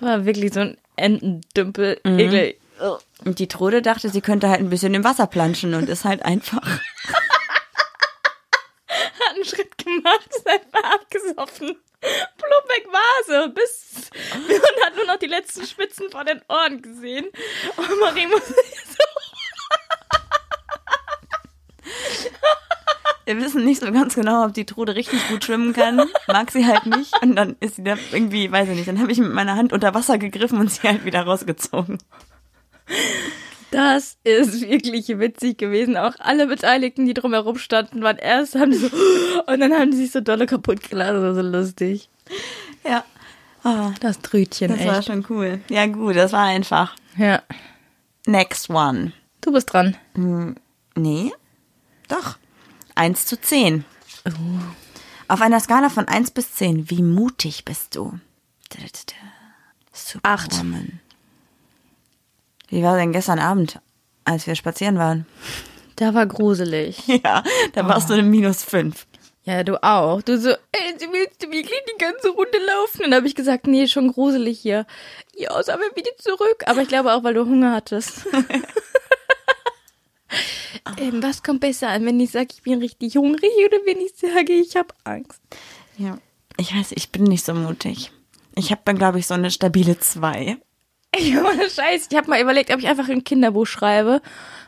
War wirklich so ein Entendümpel. Eklig. Ugh. Und die Trude dachte, sie könnte halt ein bisschen im Wasser planschen und ist halt einfach hat einen Schritt gemacht, ist einfach abgesoffen. Plupp weg Vase, bis und hat nur noch die letzten Spitzen vor den Ohren gesehen. Und Marie muss Wir wissen nicht so ganz genau, ob die Trude richtig gut schwimmen kann. Mag sie halt nicht. Und dann ist sie da irgendwie, weiß ich nicht, dann habe ich mit meiner Hand unter Wasser gegriffen und sie halt wieder rausgezogen. Das ist wirklich witzig gewesen. Auch alle Beteiligten, die drumherum standen, waren erst haben die so und dann haben die sich so dolle kaputt gelassen. Das war so lustig. Ja. Ah, Das Trötchen, das war echt. schon cool. Ja, gut, das war einfach. Ja. Next one. Du bist dran. Nee. Doch. Oh. 1 zu 10. Auf einer Skala von 1 bis 10, wie mutig bist du? Superwoman. Wie war denn gestern Abend, als wir spazieren waren? Da war gruselig. Ja, da warst Ah. du eine minus 5. Ja, du auch. Du so, ey, sie willst du wirklich die ganze Runde laufen? Und dann habe ich gesagt, nee, schon gruselig hier. Ja, sagen wir wieder zurück. Aber ich glaube auch, weil du Hunger hattest. ähm, was kommt besser an, wenn ich sage, ich bin richtig hungrig oder wenn ich sage, ich habe Angst? Ja. Ich weiß, ich bin nicht so mutig. Ich habe dann, glaube ich, so eine stabile 2. Ey, ohne Scheiß. Ich habe mal überlegt, ob ich einfach ein Kinderbuch schreibe.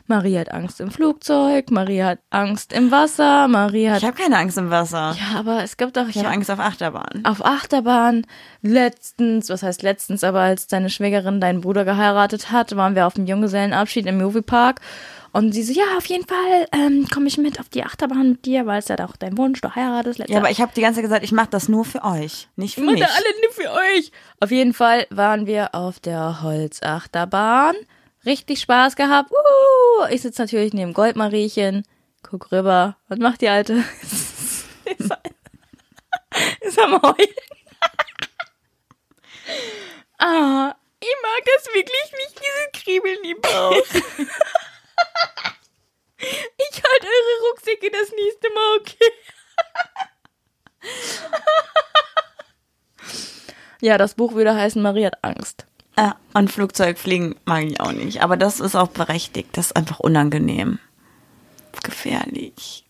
Marie hat Angst im Flugzeug, Marie hat Angst im Wasser, Marie hat... Ich habe keine Angst im Wasser. ja, aber es gibt doch... Ich habe Angst auf Achterbahn. auf Achterbahn letztens, was heißt letztens, aber als deine Schwägerin deinen Bruder geheiratet hat, waren wir auf dem Junggesellenabschied im Moviepark und sie so, ja, auf jeden Fall ähm, komme ich mit auf die Achterbahn mit dir, weil es ja auch dein Wunsch, du heiratest letztes Ja, aber ich habe die ganze Zeit gesagt, ich mache das nur für euch, nicht für mich. Mutter, alle nur für euch. Auf jeden Fall waren wir auf der Holzachterbahn. Richtig Spaß gehabt. Uh, ich sitze natürlich neben Goldmariechen, guck rüber. Was macht die Alte? ist, ist am Heulen. ah, ich mag das wirklich nicht, dieses Kribbeln im Bauch. ich halte eure Rucksäcke das nächste Mal, okay? Ja, das Buch würde heißen, Marie hat Angst. Ja, Äh, und Flugzeugfliegen mag ich auch nicht. Aber das ist auch berechtigt. Das ist einfach unangenehm. Gefährlich.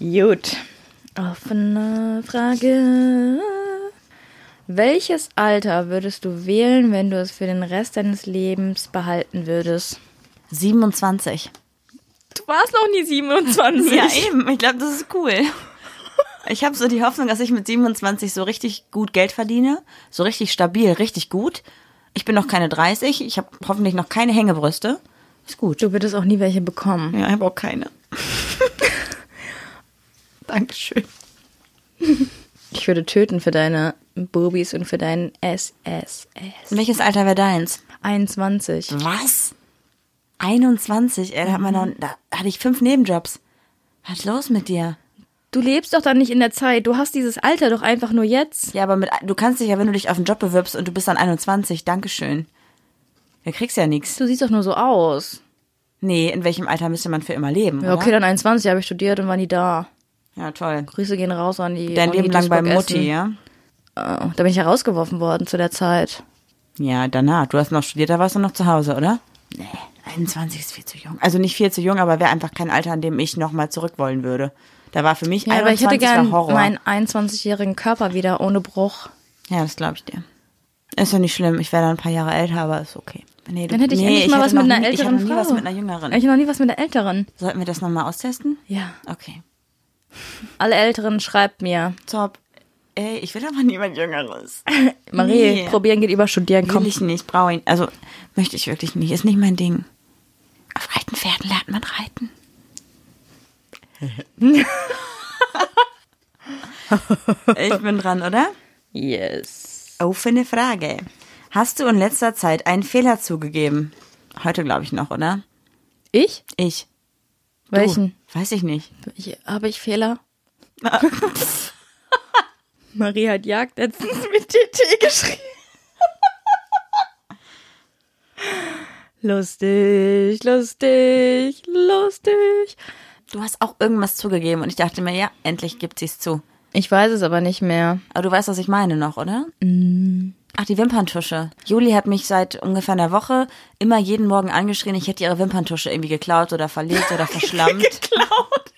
Gut. Offene Frage. Welches Alter würdest du wählen, wenn du es für den Rest deines Lebens behalten würdest? 27. Du warst noch nie 27. Ja, eben. Ich glaube, das ist cool. Ich habe so die Hoffnung, dass ich mit 27 so richtig gut Geld verdiene. So richtig stabil, richtig gut. Ich bin noch keine 30. Ich habe hoffentlich noch keine Hängebrüste. Ist gut. Du würdest auch nie welche bekommen. Ja, ich habe auch keine. Dankeschön. Ich würde töten für deine Bubis und für deinen SSS. Welches Alter wäre deins? 21. Was? Mhm. 21? Ey, da, hat man noch, da hatte ich fünf Nebenjobs. Was ist los mit dir? Du lebst doch dann nicht in der Zeit. Du hast dieses Alter doch einfach nur jetzt. Ja, aber mit, du kannst dich ja, wenn du dich auf einen Job bewirbst und du bist dann 21, Dankeschön. Da kriegst du ja nichts. Du siehst doch nur so aus. Nee, in welchem Alter müsste man für immer leben? Ja, Ja, okay, oder? dann 21 habe ich studiert und war nie da. ja toll. Grüße gehen raus an die. Dein Uni Leben lang bei Duisburg-Essen. Mutti, ja? Äh, da bin ich ja rausgeworfen worden zu der Zeit. Ja, danach. Du hast noch studiert, da warst du noch zu Hause, oder? Nee, 21 ist viel zu jung. Also nicht viel zu jung, aber wäre einfach kein Alter, an dem ich nochmal zurück wollen würde. Da war für mich Ja, 21 aber ich hätte gern war Horror. meinen 21-jährigen Körper wieder ohne Bruch. ja, das glaube ich dir. Ist doch nicht schlimm. Ich wäre dann ein paar Jahre älter, aber ist okay. Nee, du, Dann hätte ich nee, endlich mal hätte was mit noch einer nie, ich hätte älteren noch nie Frau. was mit einer jüngeren. Ich noch nie was mit der Älteren. Sollten wir das nochmal austesten? Ja. Okay. Alle Älteren schreibt mir. Top. Ey, ich will aber niemand Jüngeres. Marie, Nee. probieren geht über studieren. Will Komm. ich nicht, brauche ihn. Also möchte ich wirklich nicht. Ist nicht mein Ding. Auf alten Pferden lernt man reiten. ich bin dran, oder? Yes. Offene Frage. Hast du in letzter Zeit einen Fehler zugegeben? Heute glaube ich noch, oder? Ich? Ich. Du. Welchen? Weiß ich nicht. Ich, habe ich Fehler? Marie hat Jagd letztens mit TT geschrieben. lustig, lustig, lustig. Du hast auch irgendwas zugegeben und ich dachte mir, ja, endlich gibt sie es zu. Ich weiß es aber nicht mehr. Aber du weißt, was ich meine noch, oder? Mm. Ach, die Wimperntusche. Juli hat mich seit ungefähr einer Woche immer jeden Morgen angeschrien, ich hätte ihre Wimperntusche irgendwie geklaut oder verlegt oder verschlammt. geklaut.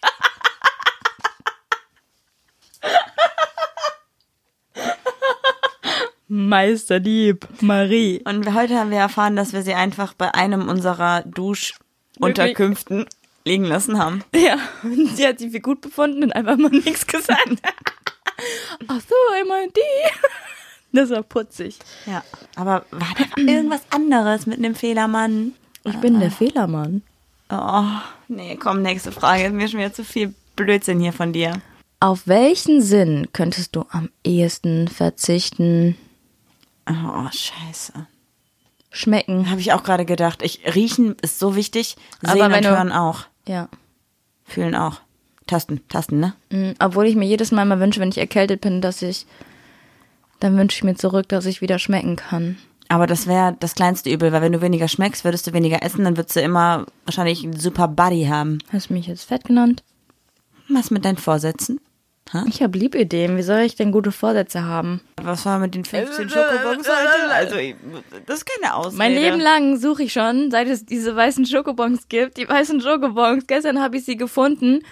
Meisterdieb, Marie. Und heute haben wir erfahren, dass wir sie einfach bei einem unserer Duschunterkünften liegen lassen haben. Ja, und sie hat sie für gut befunden und einfach mal nichts gesagt. Ach so, immer die. Das war putzig. Ja. Aber war da irgendwas anderes mit einem Fehlermann? Ich bin der Fehlermann. Oh, nee, komm, nächste Frage. Ist mir schon wieder zu viel Blödsinn hier von dir. Auf welchen Sinn könntest du am ehesten verzichten? Oh, scheiße. Schmecken. Habe ich auch gerade gedacht. Ich, riechen ist so wichtig. Aber Sehen wenn und du- hören auch. Ja. Fühlen auch. Tasten, Tasten, ne? Mm, Obwohl ich mir jedes Mal mal wünsche, wenn ich erkältet bin, dass ich. Dann wünsche ich mir zurück, dass ich wieder schmecken kann. Aber das wäre das kleinste Übel, weil wenn du weniger schmeckst, würdest du weniger essen, dann würdest du immer wahrscheinlich einen super Buddy haben. Hast du mich jetzt fett genannt? Was mit deinen Vorsätzen? Ich habe Liebideen. Wie soll ich denn gute Vorsätze haben? Was war mit den 15 Schokobons heute? Also, ich- das ist keine Ausrede. Mein Leben lang suche ich schon, seit es diese weißen Schokobons gibt. Die weißen Schokobons. Gestern habe ich sie gefunden.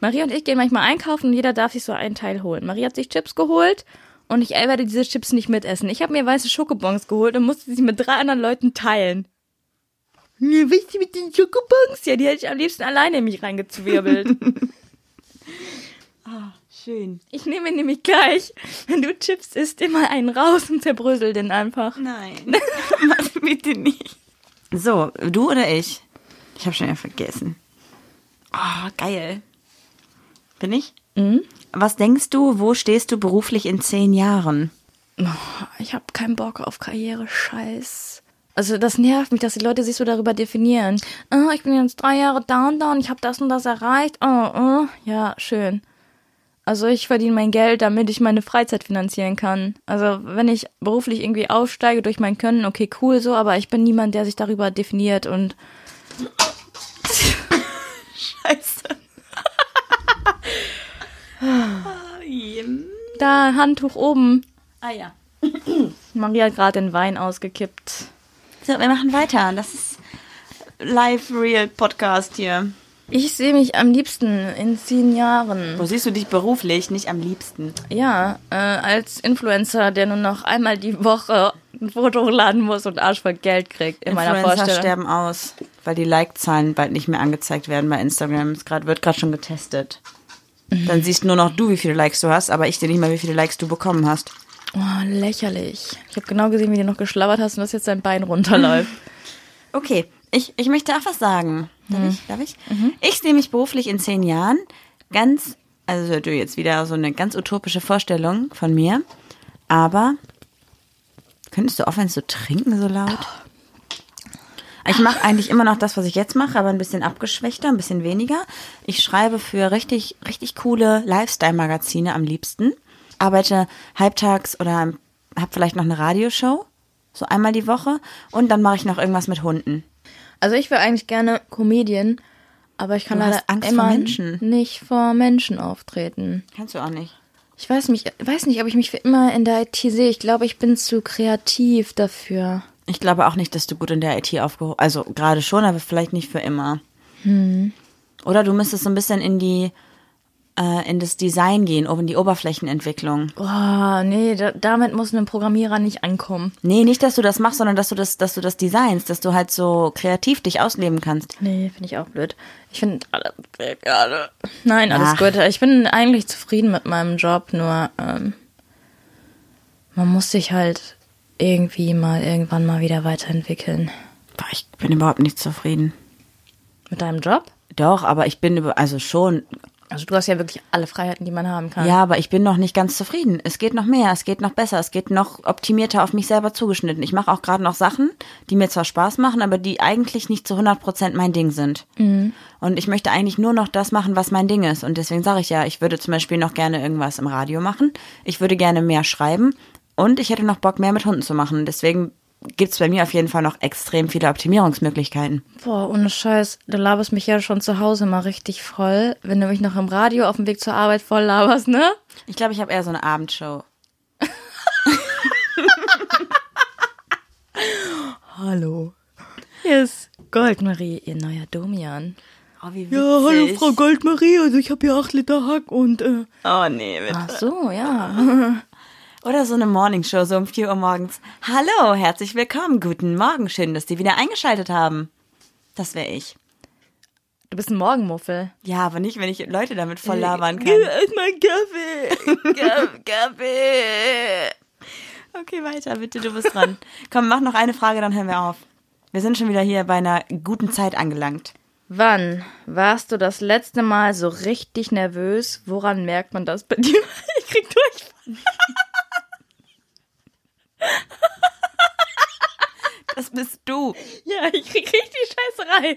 Maria und ich gehen manchmal einkaufen und jeder darf sich so einen Teil holen. Maria hat sich Chips geholt und ich äh, werde diese Chips nicht mitessen. Ich habe mir weiße Schokobons geholt und musste sie mit drei anderen Leuten teilen. Mir wichtig mit den Schokobons. Ja, die hätte ich am liebsten alleine in mich reingezwirbelt. Ah, Schön. ich nehme mir nämlich gleich, wenn du Chips isst, immer einen raus und zerbrösel den einfach. Nein. Mach bitte nicht. So, du oder ich? Ich habe schon wieder vergessen. Oh, geil. Bin ich? Mhm. Was denkst du, wo stehst du beruflich in zehn Jahren? Oh, ich habe keinen Bock auf Karriere, Scheiß. Also das nervt mich, dass die Leute sich so darüber definieren. Ah, ich bin jetzt drei Jahre down, down, ich habe das und das erreicht. Oh, oh. Ja, schön. Also ich verdiene mein Geld, damit ich meine Freizeit finanzieren kann. Also wenn ich beruflich irgendwie aufsteige durch mein Können, okay, cool so, aber ich bin niemand, der sich darüber definiert und Scheiße. da Handtuch oben. ah ja. Maria hat gerade den Wein ausgekippt. So, wir machen weiter. Das ist live real Podcast hier. Ich sehe mich am liebsten in zehn Jahren. Wo siehst du dich beruflich nicht am liebsten? Ja, äh, als Influencer, der nur noch einmal die Woche ein Foto hochladen muss und Arsch voll Geld kriegt, in meiner Influencer Vorstellung. sterben aus, weil die Like-Zahlen bald nicht mehr angezeigt werden bei Instagram. Es grad, wird gerade schon getestet. Dann siehst nur noch du, wie viele Likes du hast, aber ich sehe nicht mal, wie viele Likes du bekommen hast. Oh, lächerlich. Ich habe genau gesehen, wie du noch geschlabbert hast und dass jetzt dein Bein runterläuft. Okay, ich, ich möchte auch was sagen. Darf ich? Darf ich? Ich sehe mich beruflich in zehn Jahren ganz, also du jetzt wieder so eine ganz utopische Vorstellung von mir, aber könntest du aufhören zu trinken so laut? Ich mache eigentlich immer noch das, was ich jetzt mache, aber ein bisschen abgeschwächter, ein bisschen weniger. Ich schreibe für richtig, richtig coole Lifestyle-Magazine am liebsten. Arbeite halbtags oder habe vielleicht noch eine Radioshow, so einmal die Woche. Und dann mache ich noch irgendwas mit Hunden. Also ich wäre eigentlich gerne Comedian, aber ich kann Du leider hast Angst vor immer Menschen. nicht vor Menschen auftreten. Kannst du auch nicht. Ich weiß mich, weiß nicht, ob ich mich für immer in der IT sehe. Ich glaube, ich bin zu kreativ dafür. Ich glaube auch nicht, dass du gut in der IT aufgehoben Also gerade schon, aber vielleicht nicht für immer. Oder du müsstest so ein bisschen in die äh, in das Design gehen, in die Oberflächenentwicklung. Boah, nee, da, damit muss ein Programmierer nicht ankommen. Nee, nicht, dass du das machst, sondern dass du das, dass du das designst, dass du halt so kreativ dich ausleben kannst. Nee, finde ich auch blöd. Ich finde alles blöd gerade. Nein, alles Ach. gut. Ich bin eigentlich zufrieden mit meinem Job, nur ähm, man muss sich halt irgendwie mal irgendwann mal wieder weiterentwickeln. Boah, ich bin überhaupt nicht zufrieden. Mit deinem Job? Doch, aber ich bin über, also schon, Also du hast ja wirklich alle Freiheiten, die man haben kann. ja, aber ich bin noch nicht ganz zufrieden. Es geht noch mehr, es geht noch besser, es geht noch optimierter auf mich selber zugeschnitten. Ich mache auch gerade noch Sachen, die mir zwar Spaß machen, aber die eigentlich nicht zu 100% mein Ding sind. Und ich möchte eigentlich nur noch das machen, was mein Ding ist. Und deswegen sage ich ja, ich würde zum Beispiel noch gerne irgendwas im Radio machen. Ich würde gerne mehr schreiben. Und ich hätte noch Bock, mehr mit Hunden zu machen. Deswegen gibt's bei mir auf jeden Fall noch extrem viele Optimierungsmöglichkeiten. Boah, ohne Scheiß, du laberst mich ja schon zu Hause mal richtig voll, wenn du mich noch im Radio auf dem Weg zur Arbeit voll laberst, ne? Ich glaube, ich habe eher so eine Abendshow. Hallo. Hier ist Goldmarie, ihr neuer Domian. Oh, wie Goldmarie, also ich habe hier 8 Liter Hack und äh. Oh, nee, bitte. Ach so, ja. Oder so eine Morningshow, so um 4 Uhr morgens. Hallo, herzlich willkommen, guten Morgen, schön, dass Sie wieder eingeschaltet haben. Das wäre ich. Du bist ein Morgenmuffel. Ja, aber nicht, wenn ich Leute damit Äh, voll labern kann. Erstmal Kaffee. Kaffee. Okay, weiter, bitte, du bist dran. Komm, mach noch eine Frage, dann hören wir auf. Wir sind schon wieder hier bei einer guten Zeit angelangt. Wann warst du das letzte Mal so richtig nervös? Woran merkt man das bei dir? Ich krieg durch. Das bist du. Ja, ich krieg richtig Scheißerei.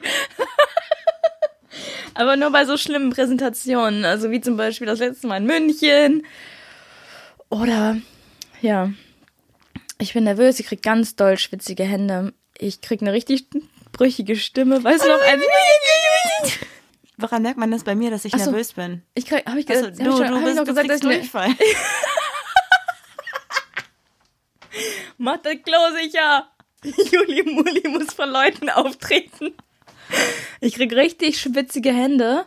Aber nur bei so schlimmen Präsentationen. Also wie zum Beispiel das letzte Mal in München. Oder, ja. Ich bin nervös, ich krieg ganz doll schwitzige Hände. Ich krieg eine richtig brüchige Stimme. Weißt du noch, Oh, als ich... Woran merkt man das bei mir, dass ich Ach so. nervös bin? Ich krieg, hab ich, Ach so, gesagt, hab ich, schon, hab ich noch gesagt, dass kriegst ich... ne- Durchfall. Mach das Klo sicher. Juli Muli muss vor Leuten auftreten. Ich krieg richtig schwitzige Hände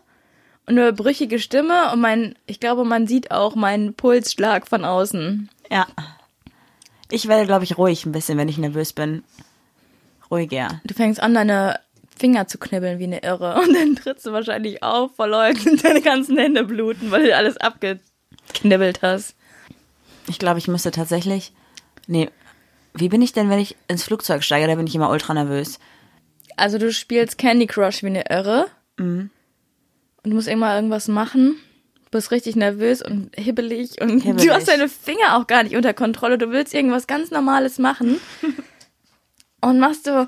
und eine brüchige Stimme und mein, ich glaube, man sieht auch meinen Pulsschlag von außen. Ja. Ich werde, glaube ich, ruhig ein bisschen, wenn ich nervös bin. Ruhiger. Du fängst an, deine Finger zu knibbeln wie eine Irre und dann trittst du wahrscheinlich auf vor Leuten und deine ganzen Hände bluten, weil du alles abgeknibbelt hast. Ich glaube, ich müsste tatsächlich. Nee. Wie bin ich denn, wenn ich ins Flugzeug steige? Da bin ich immer ultra nervös. Also du spielst Candy Crush wie eine Irre. Mhm. Und du musst immer irgendwas machen. Du bist richtig nervös und hibbelig und Hibbelig. du hast deine Finger auch gar nicht unter Kontrolle. Du willst irgendwas ganz Normales machen. und machst du.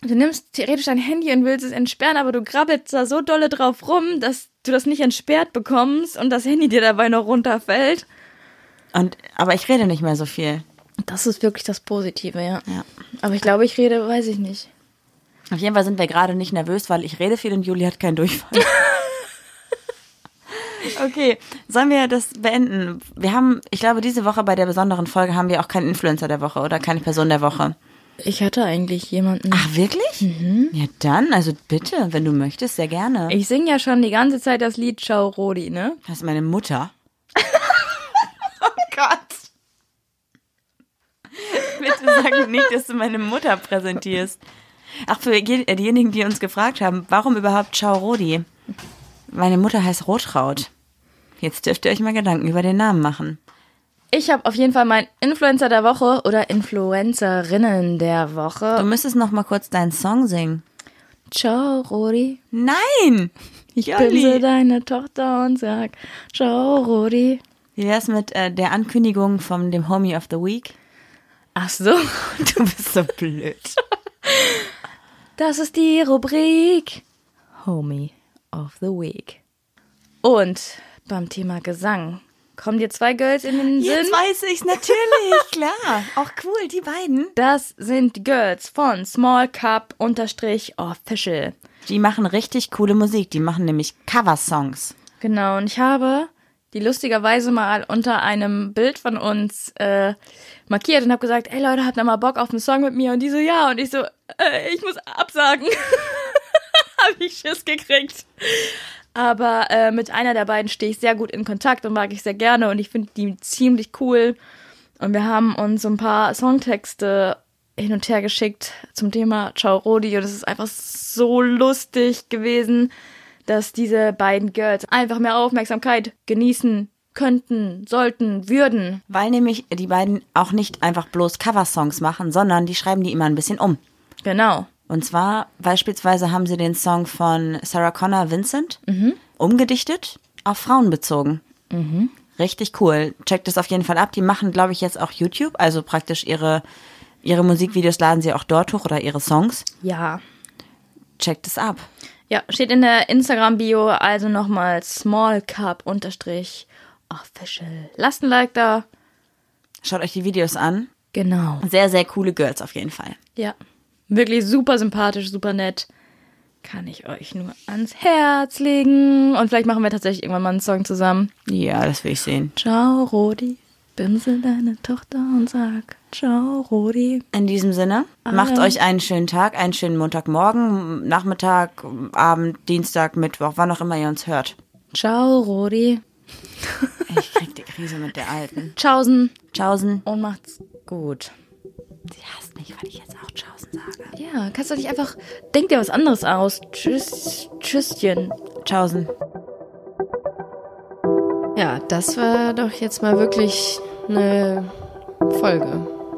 Du nimmst theoretisch dein Handy und willst es entsperren, aber du grabbelst da so dolle drauf rum, dass du das nicht entsperrt bekommst und das Handy dir dabei noch runterfällt. Und, aber ich rede nicht mehr so viel. Das ist wirklich das Positive, ja. Ja. Aber ich glaube, ich rede, weiß ich nicht. Auf jeden Fall sind wir gerade nicht nervös, weil ich rede viel und Juli hat keinen Durchfall. okay, sollen wir das beenden? Wir haben, ich glaube, diese Woche bei der besonderen Folge haben wir auch keinen Influencer der Woche oder keine Person der Woche. Ich hatte eigentlich jemanden. Ach, wirklich? Ja, dann, also bitte, wenn du möchtest, sehr gerne. Ich singe ja schon die ganze Zeit das Lied Ciao Rodi, ne? Das ist meine Mutter. oh Gott. Bitte sag nicht, dass du meine Mutter präsentierst. Ach, für je- äh, diejenigen, die uns gefragt haben, warum überhaupt Ciao Rodi? Meine Mutter heißt Rotraut. Jetzt dürft ihr euch mal Gedanken über den Namen machen. Ich habe auf jeden Fall meinen Influencer der Woche oder Influencerinnen der Du Woche. müsstest noch mal kurz deinen Song singen. Ciao, Rudi. Nein! Ich Jolli. pinse deine Tochter und sag, ciao, Rudi. Wie wär's mit äh, der Ankündigung von dem Homie of the Week? Ach so, Du bist so blöd. das ist die Rubrik Homie of the Week. Und beim Thema Gesang kommen dir zwei Girls in den Sinn. Jetzt weiß ich's natürlich, klar. Auch cool, die beiden. Das sind die Girls von Small Cup unterstrich Official. Die machen richtig coole Musik. Die machen nämlich Coversongs. Genau, und ich habe die lustigerweise mal unter einem Bild von uns äh, markiert und habe gesagt, ey Leute, habt ihr mal Bock auf einen Song mit mir? Und die so, ja. Und ich so, äh, ich muss absagen. habe ich Schiss gekriegt. Aber äh, mit einer der beiden stehe ich sehr gut in Kontakt und mag ich sehr gerne und ich finde die ziemlich cool. Und wir haben uns so ein paar Songtexte hin und her geschickt zum Thema Ciao Rodi und es ist einfach so lustig gewesen, dass diese beiden Girls einfach mehr Aufmerksamkeit genießen könnten, sollten, würden. Weil nämlich die beiden auch nicht einfach bloß Coversongs machen, sondern die schreiben die immer ein bisschen um. Genau. Und zwar beispielsweise haben sie den Song von Sarah Connor Vincent umgedichtet, auf Frauen bezogen. Mhm. Richtig cool. Checkt es auf jeden Fall ab. Die machen, glaube ich, jetzt auch YouTube. Also praktisch ihre, ihre Musikvideos laden sie auch dort hoch oder ihre Songs. Ja. Checkt es ab. Ja, steht in der Instagram-Bio, also nochmal small cup unterstrich official. Lasst ein Like da. Schaut euch die Videos an. Genau. Sehr, sehr coole Girls auf jeden Fall. Ja. Wirklich super sympathisch, super nett. Kann ich euch nur ans Herz legen. Und vielleicht machen wir tatsächlich irgendwann mal einen Song zusammen. Ja, das will ich sehen. Ciao, Rodi. Bimsel deine Tochter und sag Ciao, Rodi. In diesem Sinne, macht euch einen schönen Tag, einen schönen Montagmorgen, Nachmittag, Abend, Dienstag, Mittwoch, wann auch immer ihr uns hört. Ciao, Rodi. Ich krieg die Krise mit der Alten. Tschaußen Tschaußen. und macht's gut. Sie hasst mich, weil ich jetzt auch Tschaußen sage. Ja, kannst du nicht einfach. Denk dir was anderes aus. Tschüss, Tschüsschen. Tschaußen. Ja, das war doch jetzt mal wirklich eine Folge.